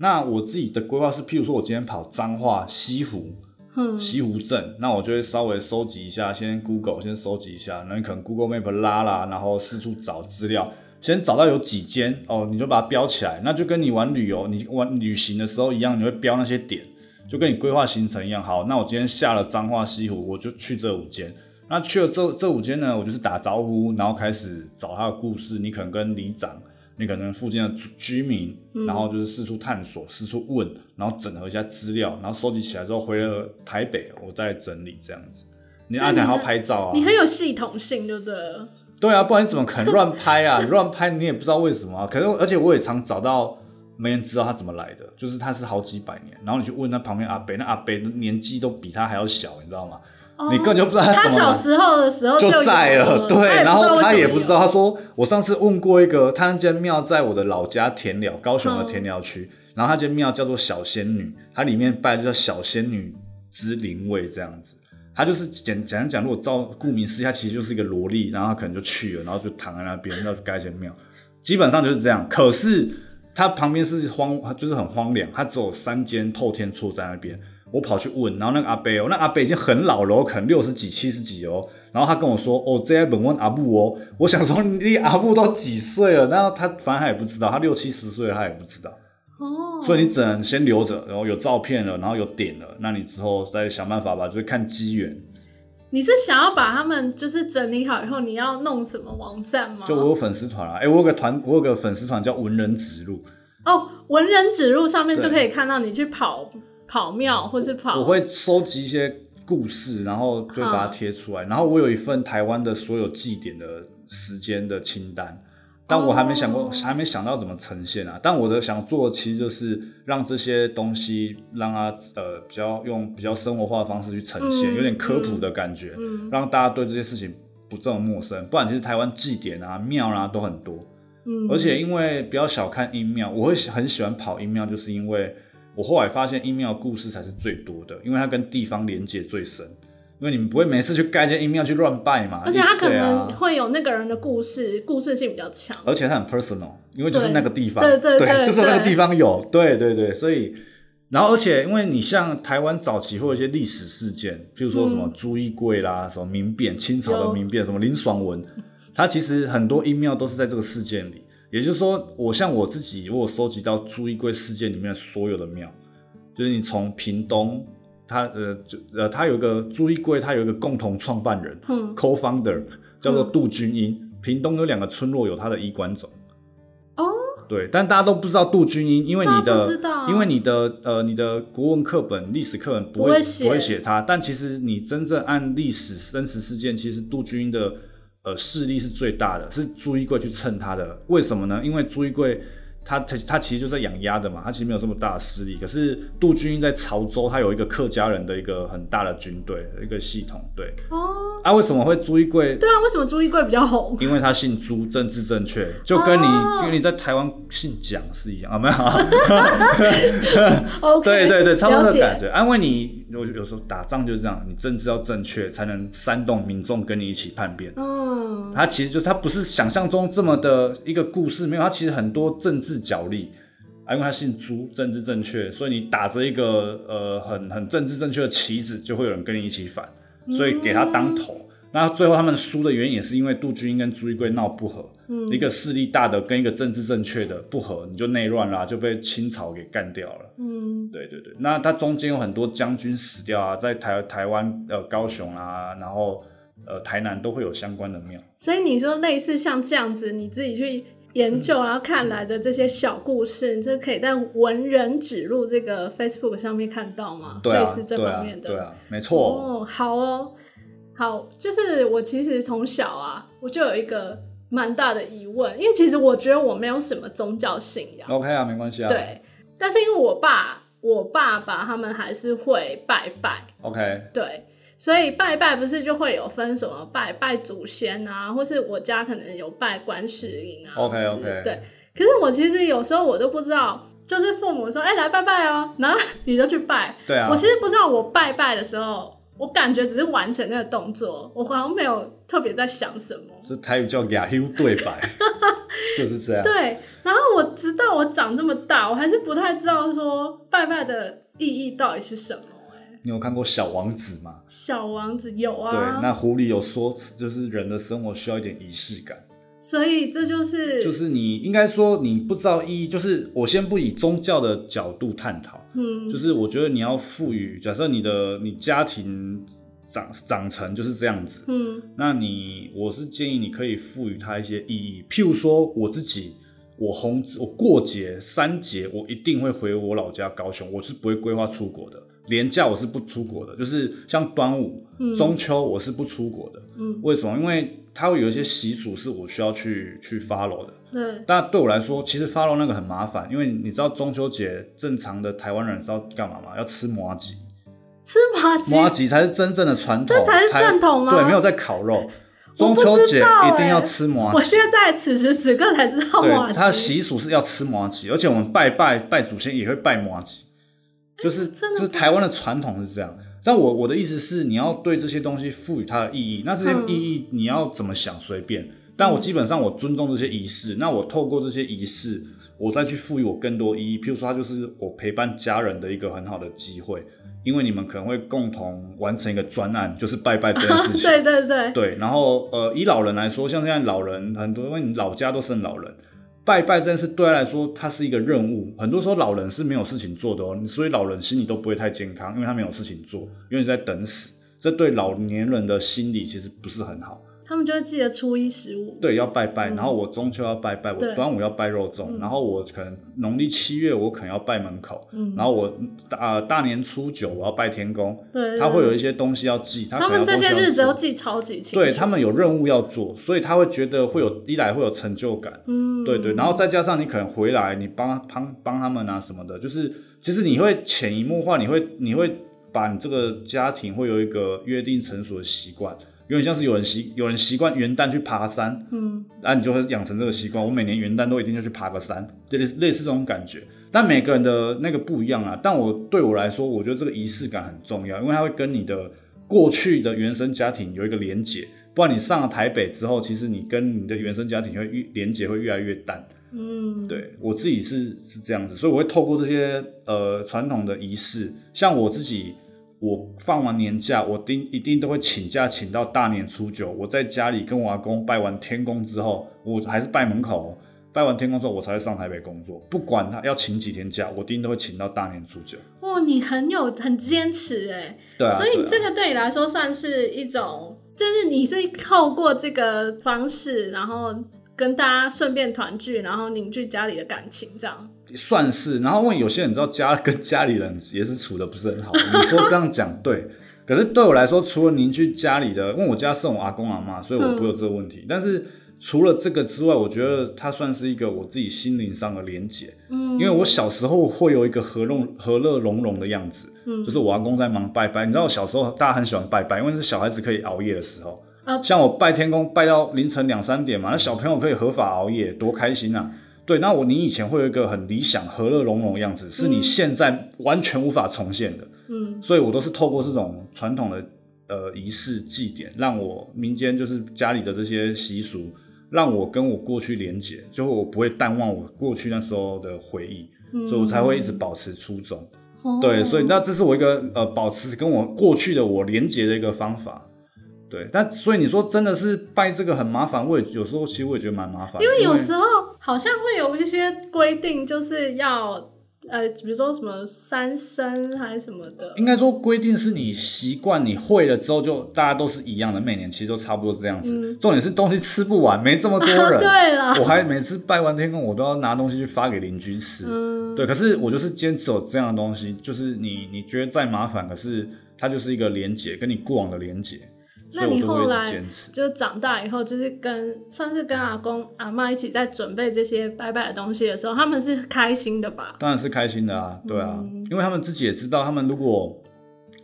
[SPEAKER 2] 那我自己的规划是，譬如说我今天跑彰化西湖，
[SPEAKER 1] 嗯
[SPEAKER 2] 西湖镇，那我就会稍微收集一下，先 Google 先收集一下，然后可能 Google Map 拉啦，然后四处找资料，先找到有几间哦，你就把它标起来，那就跟你玩旅游、你玩旅行的时候一样，你会标那些点，就跟你规划行程一样。好，那我今天下了彰化西湖，我就去这五间。那去了这这五间呢，我就是打招呼，然后开始找他的故事。你可能跟里长，你可能附近的居居民，
[SPEAKER 1] 嗯
[SPEAKER 2] 然后就是四处探索、四处问，然后整合一下资料，然后收集起来之后回了台北，我再整理这样子。你
[SPEAKER 1] 所以
[SPEAKER 2] 按
[SPEAKER 1] 你
[SPEAKER 2] 还要
[SPEAKER 1] 很
[SPEAKER 2] 拍照啊
[SPEAKER 1] 你？很有系统性，对不对？
[SPEAKER 2] 对啊，不然你怎么可能乱拍啊？ [LAUGHS] 你乱拍你也不知道为什么啊。可是而且我也常找到没人知道他怎么来的，就是他是好几百年，然后你去问他旁边阿北，那阿北年纪都比他还要小，你知道吗？
[SPEAKER 1] 哦
[SPEAKER 2] 你根本就不知道
[SPEAKER 1] 他
[SPEAKER 2] 他怎么
[SPEAKER 1] 小
[SPEAKER 2] 来。
[SPEAKER 1] 时候的时候
[SPEAKER 2] 就
[SPEAKER 1] 有
[SPEAKER 2] 在了，
[SPEAKER 1] 他也不知道
[SPEAKER 2] 对，然后
[SPEAKER 1] 为什
[SPEAKER 2] 他
[SPEAKER 1] 么
[SPEAKER 2] 也不
[SPEAKER 1] 有
[SPEAKER 2] 知道，他说我上次问过一个，他那间庙在我的老家田寮，高雄的田寮区，
[SPEAKER 1] 嗯
[SPEAKER 2] 然后他间庙叫做小仙女，它里面拜的就叫小仙女之灵位这样子。他就是简简单讲，如果照顾名思义，他其实就是一个萝莉，然后他可能就去了，然后就躺在那边，那就盖一间庙，基本上就是这样。可是它旁边是荒，就是很荒凉，它只有三间透天厝在那边。我跑去问，然后那个阿伯哦，那阿伯已经很老了哦，可能六十几、七十几哦，然后他跟我说，哦，这在本问阿布哦，我想说你阿布都几岁了，然后他反正他也不知道，他六七十岁了他也不知道，
[SPEAKER 1] 哦，
[SPEAKER 2] 所以你只能先留着，然后有照片了，然后有点了，那你之后再想办法吧，就是看机缘。
[SPEAKER 1] 你是想要把他们就是整理好以后，你要弄什么网站吗？
[SPEAKER 2] 就我有粉丝团啊，哎、我有个团，我有个粉丝团叫文人指路，
[SPEAKER 1] 哦，文人指路上面
[SPEAKER 2] 对
[SPEAKER 1] 就可以看到你去跑跑庙或是跑，
[SPEAKER 2] 我会收集一些故事，然后就把它贴出
[SPEAKER 1] 嗯
[SPEAKER 2] 来。然后我有一份台湾的所有祭典的时间的清单，但我还没想过，
[SPEAKER 1] 哦
[SPEAKER 2] 还没想到怎么呈现啊。但我的想做的其实就是让这些东西让它呃比较用比较生活化的方式去呈现，
[SPEAKER 1] 嗯
[SPEAKER 2] 有点科普的感觉，
[SPEAKER 1] 嗯
[SPEAKER 2] 让大家对这些事情不这么陌生。不然其实台湾祭典啊、庙啊都很多。
[SPEAKER 1] 嗯，
[SPEAKER 2] 而且因为不要小看音庙，我会很喜欢跑音庙，就是因为我后来发现音庙故事才是最多的，因为它跟地方连接最深。因为你们不会每次去盖一间音庙去乱拜嘛，
[SPEAKER 1] 而且他可
[SPEAKER 2] 对
[SPEAKER 1] 能
[SPEAKER 2] 啊、
[SPEAKER 1] 会有那个人的故事，故事性比较强。
[SPEAKER 2] 而且它很 personal，因为就是那个地方，
[SPEAKER 1] 对对对对
[SPEAKER 2] 就是那个
[SPEAKER 1] 对
[SPEAKER 2] 地方有，对对对，所以。然后，而且因为你像台湾早期会有一些历史事件，譬如说什么朱一贵啦、什么民变、清朝的
[SPEAKER 1] 有
[SPEAKER 2] 民变，什么林爽文，他其实很多音庙都是在这个事件里。也就是说，我像我自己，我有收集到朱一贵事件里面所有的庙，就是你从屏东，他呃就呃，他有一个朱一贵，他有一个共同创办人、
[SPEAKER 1] 嗯
[SPEAKER 2] co-founder 叫做杜君英。屏东有两个村落有他的医馆种。
[SPEAKER 1] 哦，
[SPEAKER 2] 对，但大家都不知道杜君英，因为你
[SPEAKER 1] 大家
[SPEAKER 2] 的，
[SPEAKER 1] 不知道啊
[SPEAKER 2] 因为你的呃，你的国文课本、历史课本
[SPEAKER 1] 不
[SPEAKER 2] 不会
[SPEAKER 1] 会写
[SPEAKER 2] 不会写他，但其实你真正按历史真实事件，其实杜君英的呃势力是最大的，是朱一贵去蹭他的。为什么呢？因为朱一贵他他他其实就在养鸭的嘛，他其实没有这么大的势力。可是杜君英在潮州，他有一个客家人的一个很大的军队一个系统，对。
[SPEAKER 1] 哦，
[SPEAKER 2] 啊，为什么会朱一贵
[SPEAKER 1] 对啊，为什么朱一贵比较红？
[SPEAKER 2] 因为他姓朱，政治正确，就跟你、
[SPEAKER 1] 哦
[SPEAKER 2] 跟你在台湾姓蒋是一样啊，没有啊，
[SPEAKER 1] [LAUGHS] OK，
[SPEAKER 2] 对对对，差不多
[SPEAKER 1] 了
[SPEAKER 2] 的
[SPEAKER 1] 解
[SPEAKER 2] 感觉。安慰你，有有时候打仗就是这样，你政治要正确，才能煽动民众跟你一起叛变。
[SPEAKER 1] 嗯，
[SPEAKER 2] 他其实就是他不是想象中这么的一个故事，没有，他其实很多政治角力。啊，因为他姓朱，政治正确，所以你打着一个呃很很政治正确的旗子，就会有人跟你一起反，所以给他当头。那最后他们输的原因也是因为杜君英跟朱一贵闹不和，一个势力大的跟一个政治正确的不合，你就内乱啦，就被清朝给干掉了。
[SPEAKER 1] 嗯，
[SPEAKER 2] 对对对，那它中间有很多将军死掉啊，在台台湾呃高雄啊，然后呃台南都会有相关的庙。
[SPEAKER 1] 所以你说类似像这样子，你自己去研究，然后看来的这些小故事，你就可以在文人指路这个 Facebook 上面看到吗？
[SPEAKER 2] 对
[SPEAKER 1] 类
[SPEAKER 2] 啊
[SPEAKER 1] 似，这
[SPEAKER 2] 对
[SPEAKER 1] 方
[SPEAKER 2] 啊
[SPEAKER 1] 面，的，
[SPEAKER 2] 对啊，没错。
[SPEAKER 1] 哦，好哦，好，就是我其实从小啊，我就有一个蛮大的疑问，因为其实我觉得我没有什么宗教信仰，
[SPEAKER 2] OK 啊，没关系啊。
[SPEAKER 1] 对，但是因为我爸，我爸爸他们还是会拜拜，
[SPEAKER 2] ，OK，
[SPEAKER 1] 对，所以拜拜不是就会有分什么拜拜祖先啊，或是我家可能有拜观世音啊。
[SPEAKER 2] OK，OK
[SPEAKER 1] 之类对，可是我其实有时候我都不知道，就是父母说哎、来拜拜哦，然后 [LAUGHS] 你就去拜。
[SPEAKER 2] 对啊
[SPEAKER 1] 我。其实不知道我拜拜的时候，我感觉只是完成那个动作，我好像没有特别在想什么。
[SPEAKER 2] 这台语叫雅 Q 对白，
[SPEAKER 1] [LAUGHS]
[SPEAKER 2] 就是这样。
[SPEAKER 1] 对，然后我直到我长这么大，我还是不太知道说拜拜的意义到底是什么。哎
[SPEAKER 2] 你有看过《小王子》吗？
[SPEAKER 1] 小王子有啊，
[SPEAKER 2] 对，那狐狸有说，就是人的生活需要一点仪式感。
[SPEAKER 1] 所以这就是
[SPEAKER 2] 就是你应该说你不知道意义，就是我先不以宗教的角度探讨，
[SPEAKER 1] 嗯，
[SPEAKER 2] 就是我觉得你要赋予，假设你的你家庭长长成就是这样子，
[SPEAKER 1] 嗯
[SPEAKER 2] 那你我是建议你可以赋予它一些意义，譬如说我自己，我红我过节三节我一定会回我老家高雄，我是不会规划出国的。年假我是不出国的，就是像端午、中秋我是不出国的。
[SPEAKER 1] 嗯，
[SPEAKER 2] 为什么？因为它会有一些习俗是我需要去去 follow 的。
[SPEAKER 1] 对，
[SPEAKER 2] 但对我来说，其实 follow 那个很麻烦，因为你知道中秋节正常的台湾人是要干嘛吗？要吃麻吉，
[SPEAKER 1] 吃麻鸡，
[SPEAKER 2] 麻吉才是真正的传统，
[SPEAKER 1] 这才是
[SPEAKER 2] 台
[SPEAKER 1] 正统吗
[SPEAKER 2] 对，没有在烤肉。中
[SPEAKER 1] 不
[SPEAKER 2] 秋节
[SPEAKER 1] 知道欸
[SPEAKER 2] 一定要吃麻
[SPEAKER 1] 我
[SPEAKER 2] 吉，
[SPEAKER 1] 现在此时此刻才知道 [LAUGHS] 麻
[SPEAKER 2] 对，它的
[SPEAKER 1] 鸡，
[SPEAKER 2] 习俗是要吃麻吉，而且我们拜拜拜祖先也会拜麻吉，就是
[SPEAKER 1] 哎真的
[SPEAKER 2] 就是台湾的传统是这样。但我我的意思是，你要对这些东西赋予它的意义，那这些意义你
[SPEAKER 1] 嗯
[SPEAKER 2] 要怎么想随便。但我基本上我尊重这些仪式，那我透过这些仪式，我再去赋予我更多意义。譬如说，它就是我陪伴家人的一个很好的机会，因为你们可能会共同完成一个专案，就是拜拜这件
[SPEAKER 1] [LAUGHS]
[SPEAKER 2] 事情。
[SPEAKER 1] 对对对，
[SPEAKER 2] 对，然后呃，以老人来说，像现在老人很多，因为你老家都剩老人，拜拜这件事对他来说，它是一个任务。很多时候老人是没有事情做的哦，所以老人心里都不会太健康，因为他没有事情做，因为你在等死。这对老年人的心理其实不是很好。
[SPEAKER 1] 他们就会记得初一十五。
[SPEAKER 2] 对，要拜拜，然后我中秋要拜拜，我
[SPEAKER 1] 嗯对
[SPEAKER 2] 端午要拜肉粽，然后我可能农历七月我可能要拜门口，
[SPEAKER 1] 嗯
[SPEAKER 2] 然后我大、呃、大年初九我要拜天公，
[SPEAKER 1] 对，对
[SPEAKER 2] 他会有
[SPEAKER 1] 对
[SPEAKER 2] 一些东西要记，他
[SPEAKER 1] 嗯他
[SPEAKER 2] 可能
[SPEAKER 1] 们
[SPEAKER 2] 要
[SPEAKER 1] 这些
[SPEAKER 2] 东西要
[SPEAKER 1] 日子
[SPEAKER 2] 做
[SPEAKER 1] 都记超级清楚。
[SPEAKER 2] 对他们有任务要做，所以他会觉得会有一来会有成就感，
[SPEAKER 1] 嗯，
[SPEAKER 2] 对对，然后再加上你可能回来，你帮帮帮他们啊什么的，就是其实你会潜移默化，你会你会把你这个家庭会有一个约定成熟的习惯，有点像是有人习有人习惯元旦去爬山，
[SPEAKER 1] 嗯，
[SPEAKER 2] 那、你就会养成这个习惯。我每年元旦都一定就去爬个山，类似类似这种感觉。但每个人的那个不一样啊。但我对我来说，我觉得这个仪式感很重要，因为它会跟你的过去的原生家庭有一个连结。不然你上了台北之后，其实你跟你的原生家庭会越连结会越来越淡。
[SPEAKER 1] 嗯，
[SPEAKER 2] 对我自己是是这样子，所以我会透过这些呃传统的仪式，像我自己，我放完年假，我定一定都会请假请到大年初九，我在家里跟我阿公拜完天公之后，我还是拜门口哦，拜完天公之后，我才会上台北工作，不管他要请几天假，我一定都会请到大年初九。
[SPEAKER 1] 哇，你很有很坚持哎、
[SPEAKER 2] 对啊，
[SPEAKER 1] 所以
[SPEAKER 2] 对啊
[SPEAKER 1] 这个对你来说算是一种，就是你是透过这个方式，然后跟大家顺便团聚，然后凝聚家里的感情，这样。
[SPEAKER 2] 算是，然后因为有些人知道家跟家里人也是处的不是很好，你说这样讲对，可是对我来说，除了凝聚家里的，因为我家剩我阿公阿妈，所以我不会有这个问题。但是除了这个之外，我觉得它算是一个我自己心灵上的连结，
[SPEAKER 1] 嗯
[SPEAKER 2] 因为我小时候会有一个和融和乐融融的样子，
[SPEAKER 1] 嗯
[SPEAKER 2] 就是我阿公在忙拜拜。你知道我小时候大家很喜欢拜拜，因为那是小孩子可以熬夜的时候。
[SPEAKER 1] 啊
[SPEAKER 2] 像我拜天公拜到凌晨两三点嘛，那小朋友可以合法熬夜，多开心啊！对，那我你以前会有一个很理想、和乐融融的样子，是你现在完全无法重现的。
[SPEAKER 1] 嗯，
[SPEAKER 2] 所以我都是透过这种传统的呃仪式祭典，让我民间就是家里的这些习俗，让我跟我过去连结，就我不会淡忘我过去那时候的回忆，所以我才会一直保持初衷。
[SPEAKER 1] 嗯哦
[SPEAKER 2] 对，所以那这是我一个呃保持跟我过去的我连接的一个方法。对，但所以你说真的是拜这个很麻烦，我也有时候其实我也觉得蛮麻烦的，
[SPEAKER 1] 因为有
[SPEAKER 2] 时
[SPEAKER 1] 时候好像会有一些规定，就是要呃，比如说什么三生还是什么的，
[SPEAKER 2] 应该说规定是你习惯你会了之后就大家都是一样的，每年其实都差不多这样子。重点是东西吃不完，没这么多
[SPEAKER 1] 嗯 [LAUGHS]
[SPEAKER 2] 人。
[SPEAKER 1] 对啊了，
[SPEAKER 2] [LAUGHS] 我还每次拜完天公，我都要拿东西去发给邻居吃。
[SPEAKER 1] 嗯
[SPEAKER 2] 对，可是我就是坚持有这样的东西，就是你你觉得再麻烦，可是它就是一个连结，跟你过往的连结，所
[SPEAKER 1] 那
[SPEAKER 2] 以
[SPEAKER 1] 你
[SPEAKER 2] 我都会
[SPEAKER 1] 后
[SPEAKER 2] 一
[SPEAKER 1] 来
[SPEAKER 2] 直坚持。
[SPEAKER 1] 就长大以后，就是跟算是跟阿公阿妈一起在准备这些拜拜的东西的时候，他们是开心的吧？
[SPEAKER 2] 当然是开心的啊，
[SPEAKER 1] 嗯
[SPEAKER 2] 对啊，因为他们自己也知道，他们如果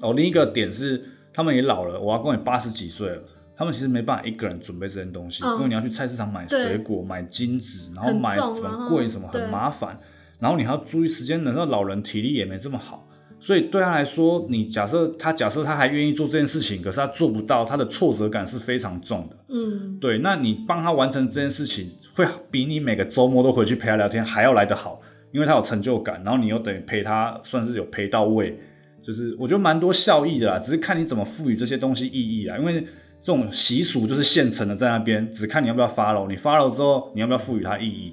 [SPEAKER 2] 哦，另一个点是他们也老了，我阿公也八十几岁了。他们其实没办法一个人准备这些东西，
[SPEAKER 1] 嗯
[SPEAKER 2] 因为你要去菜市场买
[SPEAKER 1] 对
[SPEAKER 2] 水果、买金子，然后
[SPEAKER 1] 很
[SPEAKER 2] 买什
[SPEAKER 1] 重
[SPEAKER 2] 么
[SPEAKER 1] 啊
[SPEAKER 2] 贵什么很
[SPEAKER 1] 对
[SPEAKER 2] 麻烦，然后你还要注意时间。等到老人体力也没这么好，所以对他来说，你假设他假设他还愿意做这件事情，可是他做不到，他的挫折感是非常重的。
[SPEAKER 1] 嗯，
[SPEAKER 2] 对，那你帮他完成这件事情，会比你每个周末都回去陪他聊天还要来得好，因为他有成就感，然后你又等于陪他，算是有陪到位，就是我觉得蛮多效益的啦，只是看你怎么赋予这些东西意义啦，因为这种习俗就是现成的在那边，只看你要不要 follow，你 follow 之后你要不要赋予它意义。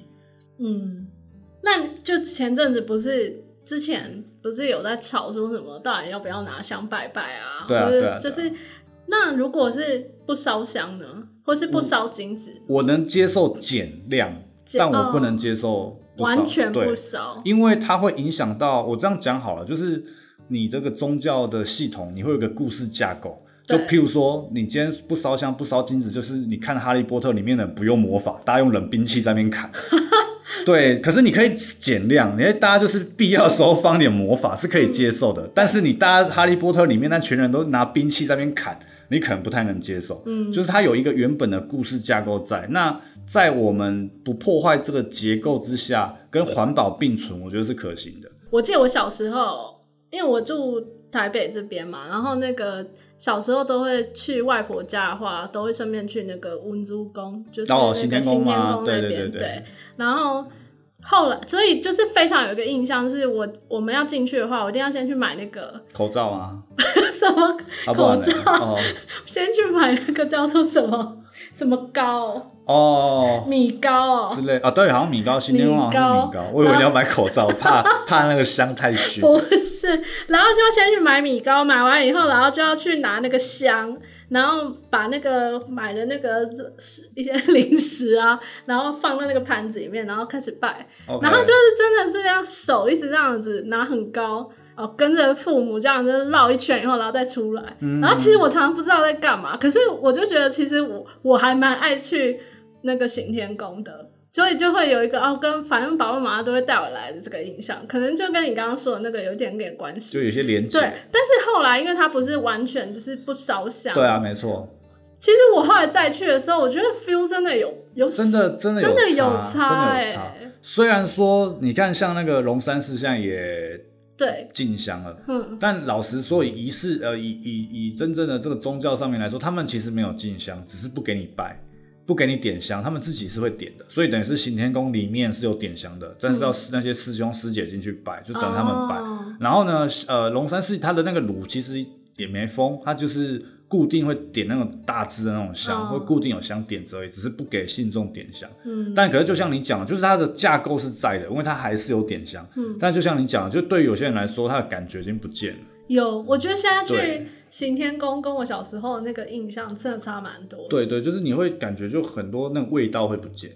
[SPEAKER 1] 嗯，那就前阵子不是之前不是有在吵说什么到底要不要拿香拜拜啊？
[SPEAKER 2] 对啊
[SPEAKER 1] 或者
[SPEAKER 2] 对啊对啊
[SPEAKER 1] 就是那如果是不烧香呢，或是不烧金纸，
[SPEAKER 2] 我能接受减量，
[SPEAKER 1] 减
[SPEAKER 2] 但我不
[SPEAKER 1] 哦
[SPEAKER 2] 能接受不少
[SPEAKER 1] 完全
[SPEAKER 2] 对
[SPEAKER 1] 不烧，
[SPEAKER 2] 因为它会影响到我这样讲好了，就是你这个宗教的系统，你会有个故事架构。就
[SPEAKER 1] 对
[SPEAKER 2] 譬如说，你今天不烧香不烧金子，就是你看《哈利波特》里面的不用魔法，大家用冷兵器在那边砍。对，可是你可以减量，因为大家就是必要的时候放点魔法是可以接受的。但是你大家《哈利波特》里面那群人都拿兵器在那边砍，你可能不太能接受。嗯，就是它有一个原本的故事架构在。那在我们不破坏这个结构之下，跟环保并存，我觉得是可行的。
[SPEAKER 1] 我记得我小时候，因为我住台北这边嘛，然后那个小时候都会去外婆家的话，都会顺便去那个文珠宫，就是那
[SPEAKER 2] 哦
[SPEAKER 1] 个
[SPEAKER 2] 行
[SPEAKER 1] 新
[SPEAKER 2] 天
[SPEAKER 1] 天
[SPEAKER 2] 宫
[SPEAKER 1] 宫
[SPEAKER 2] 吗
[SPEAKER 1] 那
[SPEAKER 2] 对对
[SPEAKER 1] 边。
[SPEAKER 2] 对对
[SPEAKER 1] 然后后来，所以就是非常有一个印象，就是我我们要进去的话，我一定要先去买那个 [LAUGHS]
[SPEAKER 2] 口罩啊，
[SPEAKER 1] 什么，
[SPEAKER 2] 啊不然呢
[SPEAKER 1] 口罩
[SPEAKER 2] 哦
[SPEAKER 1] 先去买那个叫做什么什么膏，
[SPEAKER 2] 哦
[SPEAKER 1] 米膏哦，
[SPEAKER 2] 之类啊，对，好像米糕，新天宫好像是米
[SPEAKER 1] 米
[SPEAKER 2] 糕
[SPEAKER 1] 糕，
[SPEAKER 2] 我以为你要买口
[SPEAKER 1] [LAUGHS]
[SPEAKER 2] 罩，怕怕那个香太熏。
[SPEAKER 1] 不是，然后就要先去买米糕，买完以后，然后就要去拿那个香，然后把那个买的那个 [LAUGHS] 一些零食啊，然后放到那个盘子里面，然后开始拜。
[SPEAKER 2] OK
[SPEAKER 1] 然后就是真的是这样手一直这样子拿很高，哦，跟着父母这样子绕一圈以后，然后再出来。
[SPEAKER 2] 嗯
[SPEAKER 1] 然后其实我常常不知道在干嘛，可是我就觉得其实我我还蛮爱去那个行天宫的。所以就会有一个哦，跟反正爸爸妈妈都会带我来的这个印象，可能就跟你刚刚说的那个有一点点关系。
[SPEAKER 2] 就有些连
[SPEAKER 1] 对
[SPEAKER 2] 结，，
[SPEAKER 1] 但是后来因为它不是完全就是不烧香，
[SPEAKER 2] 对啊，没错，
[SPEAKER 1] 其实我后来再去的时候，我觉得 feel 真的有有
[SPEAKER 2] 真的真的
[SPEAKER 1] 真的
[SPEAKER 2] 有
[SPEAKER 1] 差欸
[SPEAKER 2] 真的有差。虽然说你看，像那个龙山寺现在也
[SPEAKER 1] 对，
[SPEAKER 2] 进香了，
[SPEAKER 1] 嗯，
[SPEAKER 2] 但老实说，以仪式呃，以以以真正的这个宗教上面来说，他们其实没有进香，只是不给你拜，不给你点香，他们自己是会点的，所以等于是行天宫里面是有点香的，但是要那些师兄师姐进去拜，就等他们拜。
[SPEAKER 1] 嗯哦
[SPEAKER 2] 然后呢，呃，龙山寺它的那个炉其实也没封，它就是固定会点那种大支的那种香，
[SPEAKER 1] 哦
[SPEAKER 2] 会固定有香点之类，只是不给信众点香。嗯，但可是就像你讲的，就是它的架构是在的，因为它还是有点香。嗯，但就像你讲的，就对于有些人来说，它的感觉已经不见了。
[SPEAKER 1] 有，我觉得现在
[SPEAKER 2] 对
[SPEAKER 1] 去行天宫跟我小时候的那个印象真的差蛮多。，
[SPEAKER 2] 对对，就是你会感觉就很多那个味道会不见。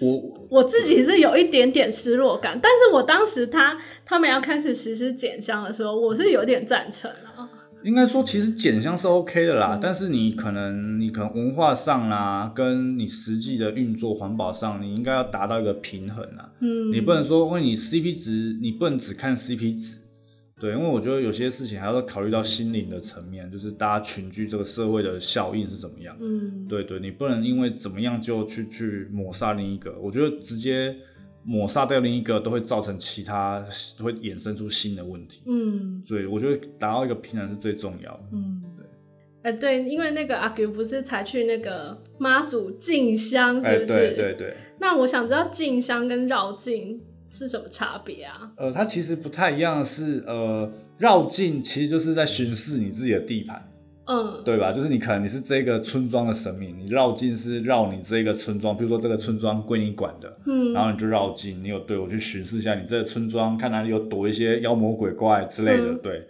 [SPEAKER 2] 我
[SPEAKER 1] 我自己是有一点点失落感，但是我当时他他们要开始实施减香的时候，我是有点赞成啊。
[SPEAKER 2] 应该说，其实减香是 OK 的啦，但是你可能你可能文化上啦，跟你实际的运作环保上，你应该要达到一个平衡啊。嗯，你不能说，因为你 CP 值，你不能只看 CP 值。对，因为我觉得有些事情还要考虑到心灵的层面，就是大家群居这个社会的效应是怎么样。
[SPEAKER 1] 嗯，
[SPEAKER 2] 对对，你不能因为怎么样就去去抹杀另一个，我觉得直接抹杀掉另一个都会造成其他会衍生出新的问题，
[SPEAKER 1] 嗯
[SPEAKER 2] 所以我觉得达到一个平衡是最重要的。
[SPEAKER 1] 嗯，哎、对，因为那个阿 Q 不是才去那个妈祖进
[SPEAKER 2] [LAUGHS]
[SPEAKER 1] 香，是不是？
[SPEAKER 2] 哎对对对，
[SPEAKER 1] 那我想知道进香跟绕境是什么差别啊？
[SPEAKER 2] 呃，它其实不太一样的是，呃，绕境其实就是在巡视你自己的地盘，
[SPEAKER 1] 嗯，
[SPEAKER 2] 对吧？就是你可能你是这个村庄的神明，你绕境是绕你这个村庄，比如说这个村庄归你管的，
[SPEAKER 1] 嗯
[SPEAKER 2] 然后你就绕境，你有对我去巡视一下你这个村庄，看哪里有躲一些妖魔鬼怪之类的，
[SPEAKER 1] 嗯
[SPEAKER 2] 对，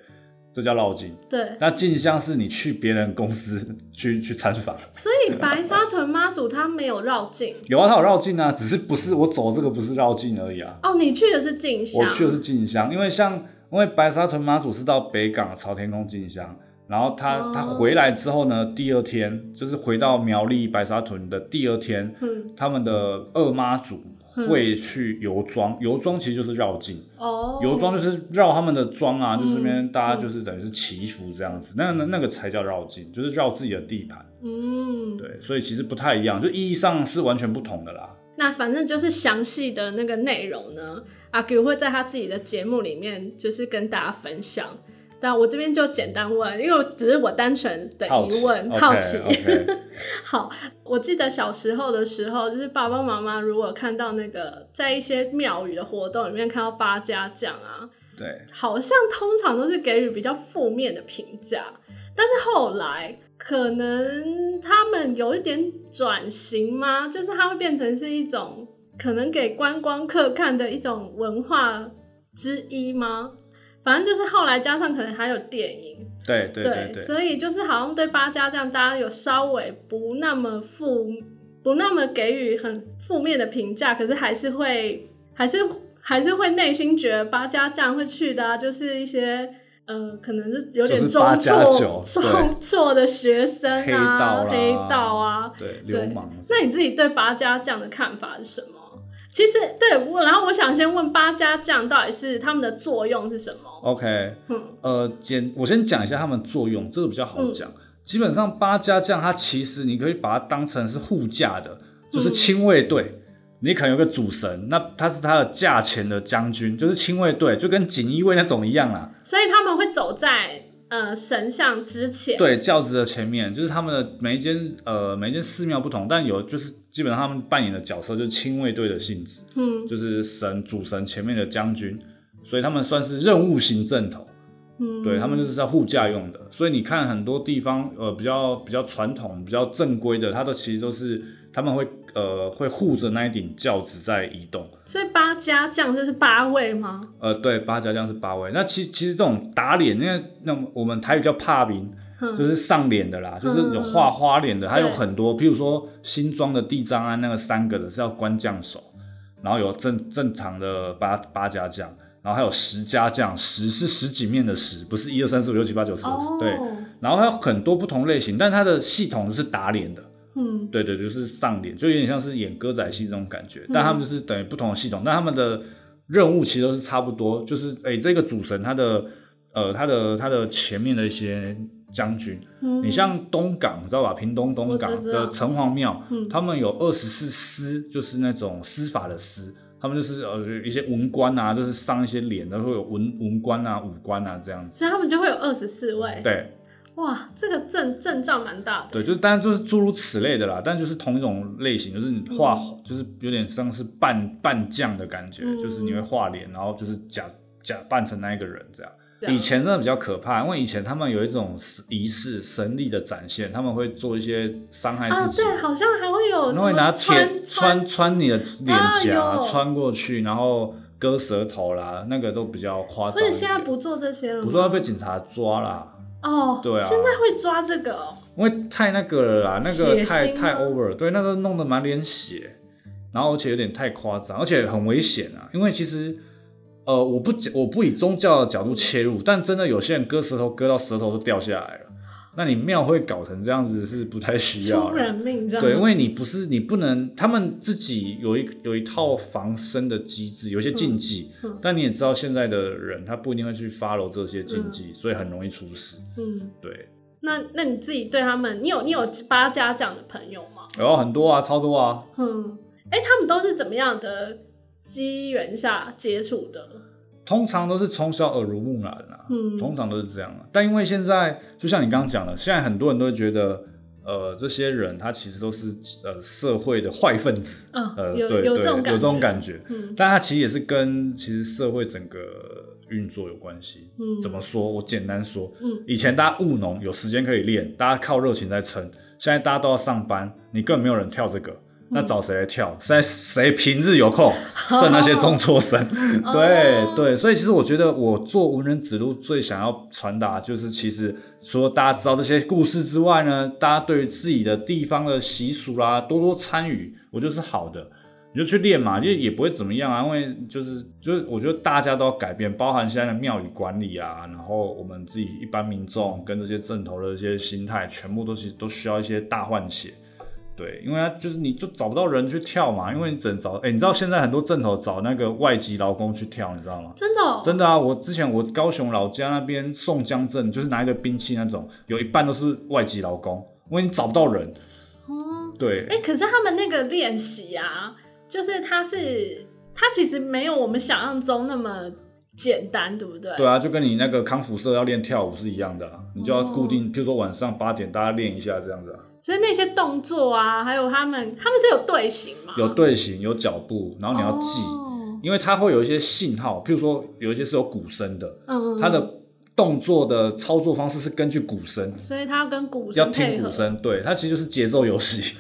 [SPEAKER 2] 这叫绕境。
[SPEAKER 1] 对，
[SPEAKER 2] 那进香是你去别人公司去去参访， [LAUGHS]
[SPEAKER 1] 所以白沙屯妈祖她没有绕境
[SPEAKER 2] 有啊，他有绕境啊，只是不是我走这个不是绕境而已啊，
[SPEAKER 1] 哦，你去的是进香，
[SPEAKER 2] 我去的是进香，因为像因为白沙屯妈祖是到北港朝天宫进香，然后他、
[SPEAKER 1] 哦
[SPEAKER 2] 他回来之后呢，第二天就是回到苗栗白沙屯的第二天，
[SPEAKER 1] 嗯
[SPEAKER 2] 他们的二妈祖会去游庄，游庄其实就是绕境。
[SPEAKER 1] 哦，嗯
[SPEAKER 2] 游庄就是绕他们的庄啊，就是那边大家就是等于是祈福这样子，那那那个才叫绕境，就是绕自己的地盘。
[SPEAKER 1] 嗯，
[SPEAKER 2] 对，所以其实不太一样，就意义上是完全不同的啦。
[SPEAKER 1] 那反正就是详细的那个内容呢，阿 Q 会在他自己的节目里面就是跟大家分享。但我这边就简单问，因为我只是我单纯的
[SPEAKER 2] 好
[SPEAKER 1] 疑
[SPEAKER 2] 奇，
[SPEAKER 1] 问，好
[SPEAKER 2] 好
[SPEAKER 1] 奇。
[SPEAKER 2] o k
[SPEAKER 1] 好，我记得小时候的时候，就是爸爸妈妈如果看到那个在一些庙宇的活动里面看到八家将啊，
[SPEAKER 2] 对，
[SPEAKER 1] 好像通常都是给予比较负面的评价，但是后来可能他们有一点转型吗？就是它会变成是一种可能给观光客看的一种文化之一吗？反正就是后来加上可能还有电影，
[SPEAKER 2] 对
[SPEAKER 1] [LAUGHS]
[SPEAKER 2] 对对对，
[SPEAKER 1] 所以就是好像对八家这样，大家有稍微不那么负，不那么给予很负面的评价，可是还是会，还是还是会内心觉得八家这样会去的、啊，就是一些。呃，可能是有点
[SPEAKER 2] 就是
[SPEAKER 1] 中
[SPEAKER 2] 八加九
[SPEAKER 1] 辍
[SPEAKER 2] 对
[SPEAKER 1] 中辍的学生啊，
[SPEAKER 2] 黑道啦，
[SPEAKER 1] 黑道啊，
[SPEAKER 2] 对，
[SPEAKER 1] 对
[SPEAKER 2] 流氓。
[SPEAKER 1] 那你自己对八家将的看法是什么？其实对我，然后我想先问八家将到底是他们的作用是什么？
[SPEAKER 2] OK，
[SPEAKER 1] 嗯
[SPEAKER 2] 呃，简我先讲一下他们作用，这个比较好讲。基本上八家将，它其实你可以把它当成是护驾的，就是亲卫队。你可能有个主神，那他是他的驾前的将军，就是亲卫队，就跟锦衣卫那种一样啦。
[SPEAKER 1] 所以他们会走在呃神像之前，
[SPEAKER 2] 对教职的前面，就是他们的每一间呃每一间寺庙不同，但有就是基本上他们扮演的角色就是亲卫队的性质，
[SPEAKER 1] 嗯
[SPEAKER 2] 就是神主神前面的将军，所以他们算是任务型正头，
[SPEAKER 1] 嗯，
[SPEAKER 2] 对他们就是在护驾用的。所以你看很多地方呃比较比较传统、比较正规的，它都其实都是他们会呃会护着那一顶轿子在移动。
[SPEAKER 1] 所以八家将就是八位吗？
[SPEAKER 2] 呃，对，八家将是八位。那其其实这种打脸，因为那种我们台语叫怕名，
[SPEAKER 1] 嗯
[SPEAKER 2] 就是上脸的啦，就是有画花脸的，还有很多，譬如说新庄的地藏庵那个三个的是要官将手，然后有正正常的八八家将，然后还有十家将，十是十几面的十，不是一二三四五六七八九十，
[SPEAKER 1] 哦，
[SPEAKER 2] 对。然后还有很多不同类型，但它的系统是打脸的，
[SPEAKER 1] 嗯
[SPEAKER 2] 对对，就是上脸，就有点像是演歌仔戏这种感觉。但
[SPEAKER 1] 嗯
[SPEAKER 2] 他们就是等于不同的系统，但他们的任务其实都是差不多，就是诶、这个主神他的呃他的他的前面的一些将军，
[SPEAKER 1] 嗯，
[SPEAKER 2] 你像东港，你知道吧？屏东东港
[SPEAKER 1] 我知道
[SPEAKER 2] 的城隍庙，
[SPEAKER 1] 嗯
[SPEAKER 2] 他们有二十四司，就是那种司法的司。他们就是呃一些文官啊，就是上一些脸，然后会有文文官啊、武官啊这样子。
[SPEAKER 1] 所以他们就会有二十四位，
[SPEAKER 2] 对，
[SPEAKER 1] 哇，这个阵阵仗蛮大的，
[SPEAKER 2] 对，就是当然就是诸如此类的啦，但就是同一种类型，就是
[SPEAKER 1] 嗯
[SPEAKER 2] 你画、就是有点像是扮扮将的感觉，
[SPEAKER 1] 嗯
[SPEAKER 2] 就是你会画脸，然后就是假假扮成那一个人这样。
[SPEAKER 1] 这样
[SPEAKER 2] 以前真的比较可怕，因为以前他们有一种仪式神力的展现，他们会做一些伤害
[SPEAKER 1] 啊，
[SPEAKER 2] 自己，
[SPEAKER 1] 对，好像还会有
[SPEAKER 2] 然
[SPEAKER 1] 什
[SPEAKER 2] 后会拿
[SPEAKER 1] 么
[SPEAKER 2] 铁
[SPEAKER 1] 穿
[SPEAKER 2] 穿穿你的脸颊、
[SPEAKER 1] 啊有
[SPEAKER 2] 穿过去，然后割舌头啦，那个都比较夸张
[SPEAKER 1] 而
[SPEAKER 2] 一点。
[SPEAKER 1] 且现在不做这些了吗，
[SPEAKER 2] 不说要被警察抓啦，
[SPEAKER 1] 哦，
[SPEAKER 2] 对啊
[SPEAKER 1] 现在会抓这个哦，
[SPEAKER 2] 因为太那个了啦，那
[SPEAKER 1] 血
[SPEAKER 2] 个
[SPEAKER 1] 腥吗
[SPEAKER 2] 太太 over，了对，那个弄得满脸血，然后而且有点太夸张，而且很危险啊。因为其实，呃，我不我不以宗教的角度切入，但真的有些人割舌头割到舌头都掉下来了，那你庙会搞成这样子是不太需
[SPEAKER 1] [LAUGHS]
[SPEAKER 2] 要
[SPEAKER 1] 出
[SPEAKER 2] 的。
[SPEAKER 1] 人啊命这样，
[SPEAKER 2] 对，因为你不是你不能，他们自己有一有一套防身的机制，有一些禁忌，
[SPEAKER 1] 嗯
[SPEAKER 2] 但你也知道现在的人他不一定会去 follow 这些禁忌，所以很容易出事。
[SPEAKER 1] 嗯，
[SPEAKER 2] 对，
[SPEAKER 1] 那那你自己对他们，你有你有八家将的朋友吗？
[SPEAKER 2] 然后很多啊，超多啊，
[SPEAKER 1] 嗯，哎、他们都是怎么样的机缘下接触的？
[SPEAKER 2] 通常都是从小耳濡目染啊，
[SPEAKER 1] 嗯
[SPEAKER 2] 通常都是这样、啊。但因为现在就像你刚刚讲的，现在很多人都会觉得，呃，这些人他其实都是呃社会的坏分子，
[SPEAKER 1] 嗯，
[SPEAKER 2] 呃，
[SPEAKER 1] 有
[SPEAKER 2] 对
[SPEAKER 1] 有
[SPEAKER 2] 对
[SPEAKER 1] 这种
[SPEAKER 2] 有
[SPEAKER 1] 感
[SPEAKER 2] 这种
[SPEAKER 1] 觉，
[SPEAKER 2] 感觉。
[SPEAKER 1] 嗯
[SPEAKER 2] 但他其实也是跟其实社会整个运作有关系。
[SPEAKER 1] 嗯
[SPEAKER 2] 怎么说？我简单说，
[SPEAKER 1] 嗯，
[SPEAKER 2] 以前大家务农有时间可以练，大家靠热情在撑。现在大家都要上班，你更没有人跳这个，那
[SPEAKER 1] 嗯
[SPEAKER 2] 找谁来跳？现在谁平日有空剩那些中辍生？ [LAUGHS] 对对，所以其实我觉得我做无人指路最想要传达就是，其实除了大家知道这些故事之外呢，大家对于自己的地方的习俗啦、多多参与，我觉得是好的。你就去练嘛，因为也不会怎么样啊，因为就是就是，我觉得大家都要改变，包含现在的庙宇管理啊，然后我们自己一般民众跟这些正头的一些心态，全部都其实都需要一些大换血。对，因为他就是你就找不到人去跳嘛，因为你只能找，哎、你知道现在很多正头找那个外籍劳工去跳，你知道吗？
[SPEAKER 1] 真的、哦，
[SPEAKER 2] 真的啊，我之前我高雄老家那边宋江镇，就是拿一个兵器那种，有一半都是外籍劳工，因为你找不到人。
[SPEAKER 1] 哦，
[SPEAKER 2] 对，
[SPEAKER 1] 哎、可是他们那个练习啊，就是他是他其实没有我们想象中那么简单，对不对？
[SPEAKER 2] 对啊，就跟你那个康复社要练跳舞是一样的、啊，你就
[SPEAKER 1] 哦
[SPEAKER 2] 要固定，譬如说晚上八点大家练一下这样子、啊，
[SPEAKER 1] 所以那些动作啊，还有他们，他们是有队形吗？
[SPEAKER 2] 有队形，有脚步，然后你要记，
[SPEAKER 1] 哦
[SPEAKER 2] 因为它会有一些信号，譬如说有一些是有鼓声的，
[SPEAKER 1] 嗯，
[SPEAKER 2] 它
[SPEAKER 1] 嗯
[SPEAKER 2] 的动作的操作方式是根据鼓声，
[SPEAKER 1] 所以他要跟鼓
[SPEAKER 2] 要
[SPEAKER 1] 声配
[SPEAKER 2] 听
[SPEAKER 1] 合
[SPEAKER 2] 鼓。声，对，它其实就是节奏游戏。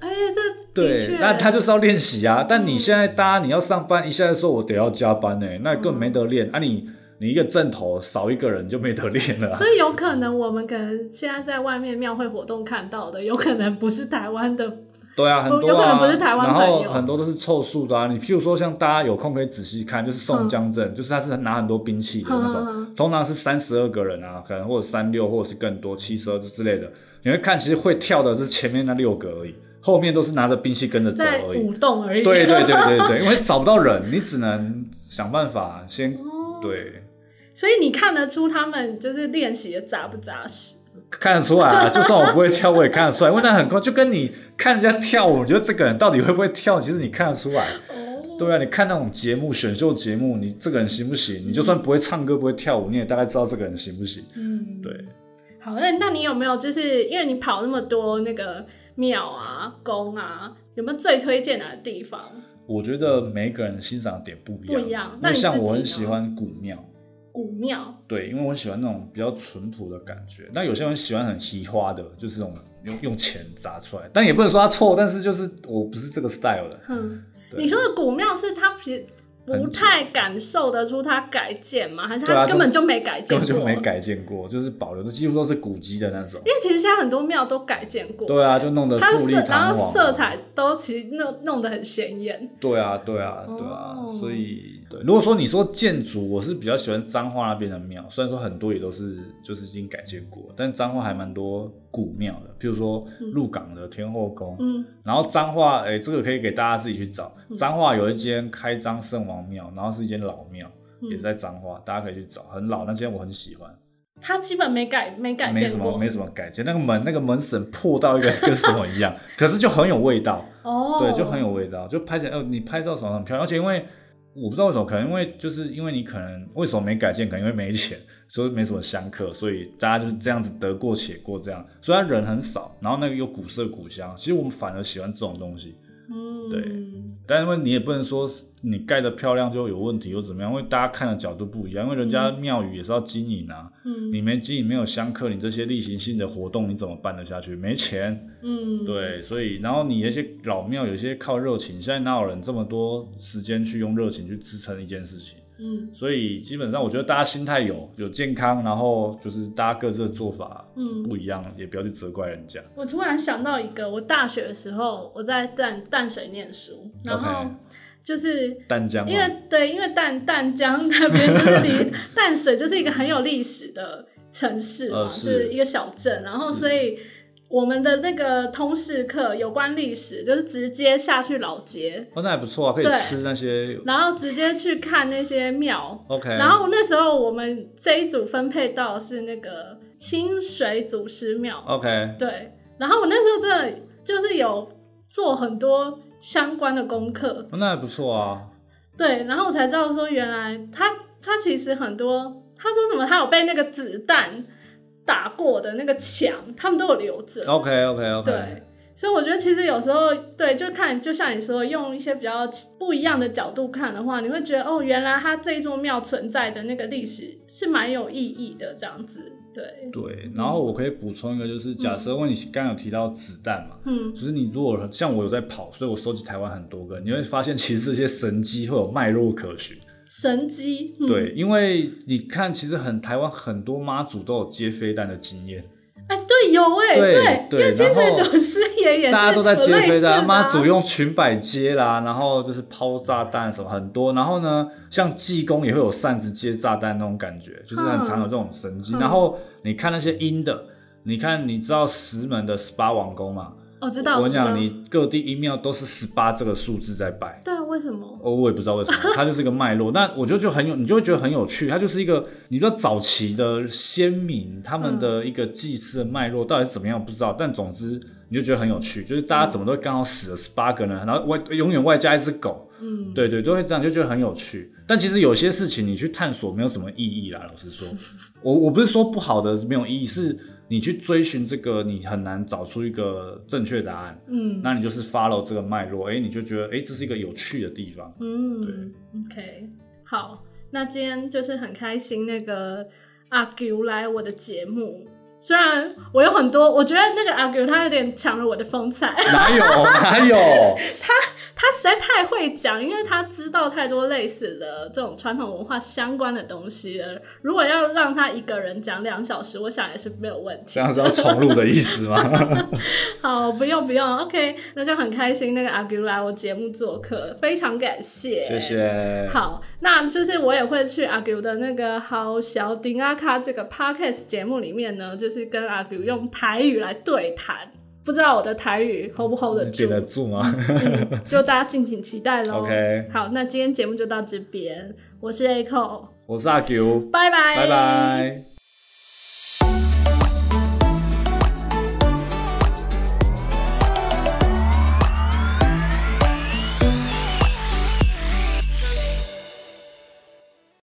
[SPEAKER 1] 哎、这的
[SPEAKER 2] 对
[SPEAKER 1] 确，
[SPEAKER 2] 那他就是要练习啊。但
[SPEAKER 1] 嗯
[SPEAKER 2] 你现在大家你要上班，一下子说我得要加班呢、那更没得
[SPEAKER 1] 嗯
[SPEAKER 2] 练、啊你。你一个正头少一个人就没得练了啊、
[SPEAKER 1] 所以有可能我们可能现在在外面庙会活动看到的，有可能不是台湾的，
[SPEAKER 2] 对啊，很
[SPEAKER 1] 不
[SPEAKER 2] 多
[SPEAKER 1] 有可能
[SPEAKER 2] 啊，
[SPEAKER 1] 不是台湾
[SPEAKER 2] 然
[SPEAKER 1] 朋友
[SPEAKER 2] 后很多都是凑数的啊。你譬如说像大家有空可以仔细看，就是宋江镇，就是他是拿很多兵器的那种，
[SPEAKER 1] 嗯嗯
[SPEAKER 2] 通常是三十二个人啊，可能或者三六或者是更多七十二之类的。你会看，其实会跳的是前面那六个而已，后面都是拿着兵器跟着走
[SPEAKER 1] 在
[SPEAKER 2] 而已。
[SPEAKER 1] 舞动而已。
[SPEAKER 2] 对对对对对，因 [LAUGHS] 为找不到人，你只能想办法先
[SPEAKER 1] 哦，
[SPEAKER 2] 对，
[SPEAKER 1] 所以你看得出他们就是练习的扎不扎实？
[SPEAKER 2] 看得出来、啊，就算我不会跳，我也看得出来，因为那很快，就跟你看人家跳舞，你觉得这个人到底会不会跳，其实你看得出来。
[SPEAKER 1] 哦，
[SPEAKER 2] 对啊，你看那种节目，选秀节目，你这个人行不行？你就算不会唱歌，不会跳舞，你也大概知道这个人行不行。
[SPEAKER 1] 嗯，
[SPEAKER 2] 对，
[SPEAKER 1] 好，那那你有没有就是因为你跑那么多那个庙啊、宫啊，有没有最推荐哪个地方？
[SPEAKER 2] 我觉得每个人欣赏的点不一样。
[SPEAKER 1] 不一样那
[SPEAKER 2] 那
[SPEAKER 1] 你自己
[SPEAKER 2] 像我很
[SPEAKER 1] 呢
[SPEAKER 2] 喜欢古庙，
[SPEAKER 1] 古庙，
[SPEAKER 2] 对，因为我喜欢那种比较淳朴的感觉。但有些人喜欢很奇花的，就是那种用用钱砸出来，但也不能说他错，但是就是我不是这个 style 的。
[SPEAKER 1] 哼，
[SPEAKER 2] 对
[SPEAKER 1] 你说的古庙是它其实
[SPEAKER 2] 很
[SPEAKER 1] 不
[SPEAKER 2] 久
[SPEAKER 1] 太感受得出它改建吗？还是
[SPEAKER 2] 对啊
[SPEAKER 1] 它
[SPEAKER 2] 就
[SPEAKER 1] 根本就没改建
[SPEAKER 2] 根
[SPEAKER 1] 过？
[SPEAKER 2] 本就没。改建过，就是保留的几乎都是古迹的那种。
[SPEAKER 1] 因为其实现在很多庙都改建过，
[SPEAKER 2] 对啊，就弄得
[SPEAKER 1] 它
[SPEAKER 2] 富丽
[SPEAKER 1] 色然
[SPEAKER 2] 堂
[SPEAKER 1] 后
[SPEAKER 2] 皇。啊哦
[SPEAKER 1] 色彩都其实弄弄得很显眼。
[SPEAKER 2] 对啊，对啊，对啊，
[SPEAKER 1] 哦
[SPEAKER 2] 所以对，如果说你说建筑，我是比较喜欢彰化那边的庙，虽然说很多也都是就是已经改建过，但彰化还蛮多古庙的，譬如说鹿港的天后宫，
[SPEAKER 1] 嗯，
[SPEAKER 2] 然后彰化，哎、这个可以给大家自己去找。彰化有一间开张圣王庙，然后是一间老庙，
[SPEAKER 1] 嗯
[SPEAKER 2] 也在彰化，大家可以去找，很老，那间我很喜欢，
[SPEAKER 1] 它基本没改没改
[SPEAKER 2] 没
[SPEAKER 1] 建
[SPEAKER 2] 什
[SPEAKER 1] 过
[SPEAKER 2] 么。没什么改建，那个门那个门神破到一个 [LAUGHS] 跟什么一样，可是就很有味道。
[SPEAKER 1] 哦，
[SPEAKER 2] 对，就很有味道，就拍起来，呃，你拍照手很漂亮，而且因为我不知道为什么，可能因为就是因为你可能为什么没改建，可能因为没钱，所以没什么香客，所以大家就是这样子得过且过这样。虽然人很少，然后那个又古色古香，其实我们反而喜欢这种东西。
[SPEAKER 1] 嗯，
[SPEAKER 2] 对但因为你也不能说是你盖的漂亮就有问题又怎么样，因为大家看的角度不一样，因为人家庙宇也是要经营啊，
[SPEAKER 1] 嗯
[SPEAKER 2] 你没经营没有香客，你这些例行性的活动你怎么办得下去？没钱。
[SPEAKER 1] 嗯，
[SPEAKER 2] 对，所以然后你那些老庙有些靠热情，现在哪有人这么多时间去用热情去支撑一件事情？
[SPEAKER 1] 嗯
[SPEAKER 2] 所以基本上我觉得大家心态有有健康，然后就是大家各自的做法
[SPEAKER 1] 嗯
[SPEAKER 2] 不一样，也不要去责怪人家。
[SPEAKER 1] 我突然想到一个，我大学的时候我在淡淡水念书，然后
[SPEAKER 2] OK
[SPEAKER 1] 就是
[SPEAKER 2] 淡江嘛
[SPEAKER 1] 因，为对，因为淡淡江那边就是
[SPEAKER 2] [LAUGHS]
[SPEAKER 1] 离淡水就是一个很有历史的城市嘛，
[SPEAKER 2] 呃
[SPEAKER 1] 就是是一个小镇，然后
[SPEAKER 2] 是
[SPEAKER 1] 所以我们的那个通识课有关历史，就是直接下去老街，
[SPEAKER 2] 哦，那还不错啊，可以
[SPEAKER 1] 对
[SPEAKER 2] 吃那些
[SPEAKER 1] 然后直接去看那些庙。
[SPEAKER 2] OK，
[SPEAKER 1] 然后那时候我们这一组分配到的是那个清水祖师庙，
[SPEAKER 2] OK，
[SPEAKER 1] 对，然后我那时候真的就是有做很多相关的功课，
[SPEAKER 2] 哦那还不错啊，
[SPEAKER 1] 对，然后我才知道说原来他他其实很多，他说什么他有被那个子弹打过的那个墙，他们都有留着，
[SPEAKER 2] OK OK OK，
[SPEAKER 1] 对。所以我觉得其实有时候对，就看就像你说，用一些比较不一样的角度看的话，你会觉得哦，原来它这座庙存在的那个历史是蛮有意义的，这样子。对，
[SPEAKER 2] 对，然
[SPEAKER 1] 嗯
[SPEAKER 2] 后我可以补充一个，就是假设问你刚刚有提到子弹嘛，
[SPEAKER 1] 嗯
[SPEAKER 2] 就是你如果像我有在跑，所以我收集台湾很多个，你会发现其实这些神机会有脉络可循。
[SPEAKER 1] 神机，嗯、
[SPEAKER 2] 对，因为你看，其实很台湾很多妈祖都有接飞弹的经验，
[SPEAKER 1] 哎，对，有哎、
[SPEAKER 2] 对
[SPEAKER 1] 因
[SPEAKER 2] 对
[SPEAKER 1] 为清水
[SPEAKER 2] 然后
[SPEAKER 1] 九师爷也是
[SPEAKER 2] 大家都在接飞
[SPEAKER 1] 的、啊
[SPEAKER 2] 弹，妈祖用裙摆接啦，然后就是抛炸弹什么很多，然后呢，像济公也会有扇子接炸弹那种感觉，就是很
[SPEAKER 1] 嗯
[SPEAKER 2] 常有这种神机。然后你看那些阴的，你看你知道石门的十八王宫嘛？
[SPEAKER 1] 我哦知道，
[SPEAKER 2] 我跟你
[SPEAKER 1] 知道
[SPEAKER 2] 讲，你各地一庙都是十八这个数字在拜。
[SPEAKER 1] 对啊，为什么？
[SPEAKER 2] 哦，我也不知道为什么，它就是一个脉络。那我就就很有，你就会觉得很有趣。它就是一个，你知道早期的先民他们的一个祭祀的脉络到底是怎么样，不知道。但总之，你就觉得很有趣，就是大家怎么都刚好死了十八个人，然后外永远外加一只狗，
[SPEAKER 1] 嗯，
[SPEAKER 2] 对对，都会这样，就觉得很有趣。但其实有些事情你去探索没有什么意义啦。老实说，我我不是说不好的没有意义，是你去追寻这个，你很难找出一个正确答案。
[SPEAKER 1] 嗯
[SPEAKER 2] 那你就是 follow 这个脉络，哎，你就觉得哎，这是一个有趣的地方。
[SPEAKER 1] 嗯，OK，好，那今天就是很开心，那个阿 Q 来我的节目。虽然我有很多，我觉得那个阿 Q 他有点抢了我的风采， [LAUGHS]
[SPEAKER 2] 哪有哪有？
[SPEAKER 1] 他实在太会讲，因为他知道太多类似的这种传统文化相关的东西了。如果要让他一个人讲两小时，我想也是没有问题
[SPEAKER 2] 这。样是要重录的意思吗？
[SPEAKER 1] 好，不用不用，OK，那就很开心那个阿 Q 来我节目做客，非常感谢，
[SPEAKER 2] 谢谢。
[SPEAKER 1] 好，那就是我也会去阿 Q 的那个《好小丁阿卡》这个 podcast 节目里面呢，就是跟阿 Q 用台语来对谈。不知道我的台语 hold 不 hold 得
[SPEAKER 2] 你
[SPEAKER 1] 住
[SPEAKER 2] 顶，得住吗？
[SPEAKER 1] 就大家敬请期待喽。
[SPEAKER 2] OK
[SPEAKER 1] 好，那今天节目就到这边，我是 Echo，
[SPEAKER 2] 我是阿 Q，
[SPEAKER 1] 拜拜，
[SPEAKER 2] 拜拜。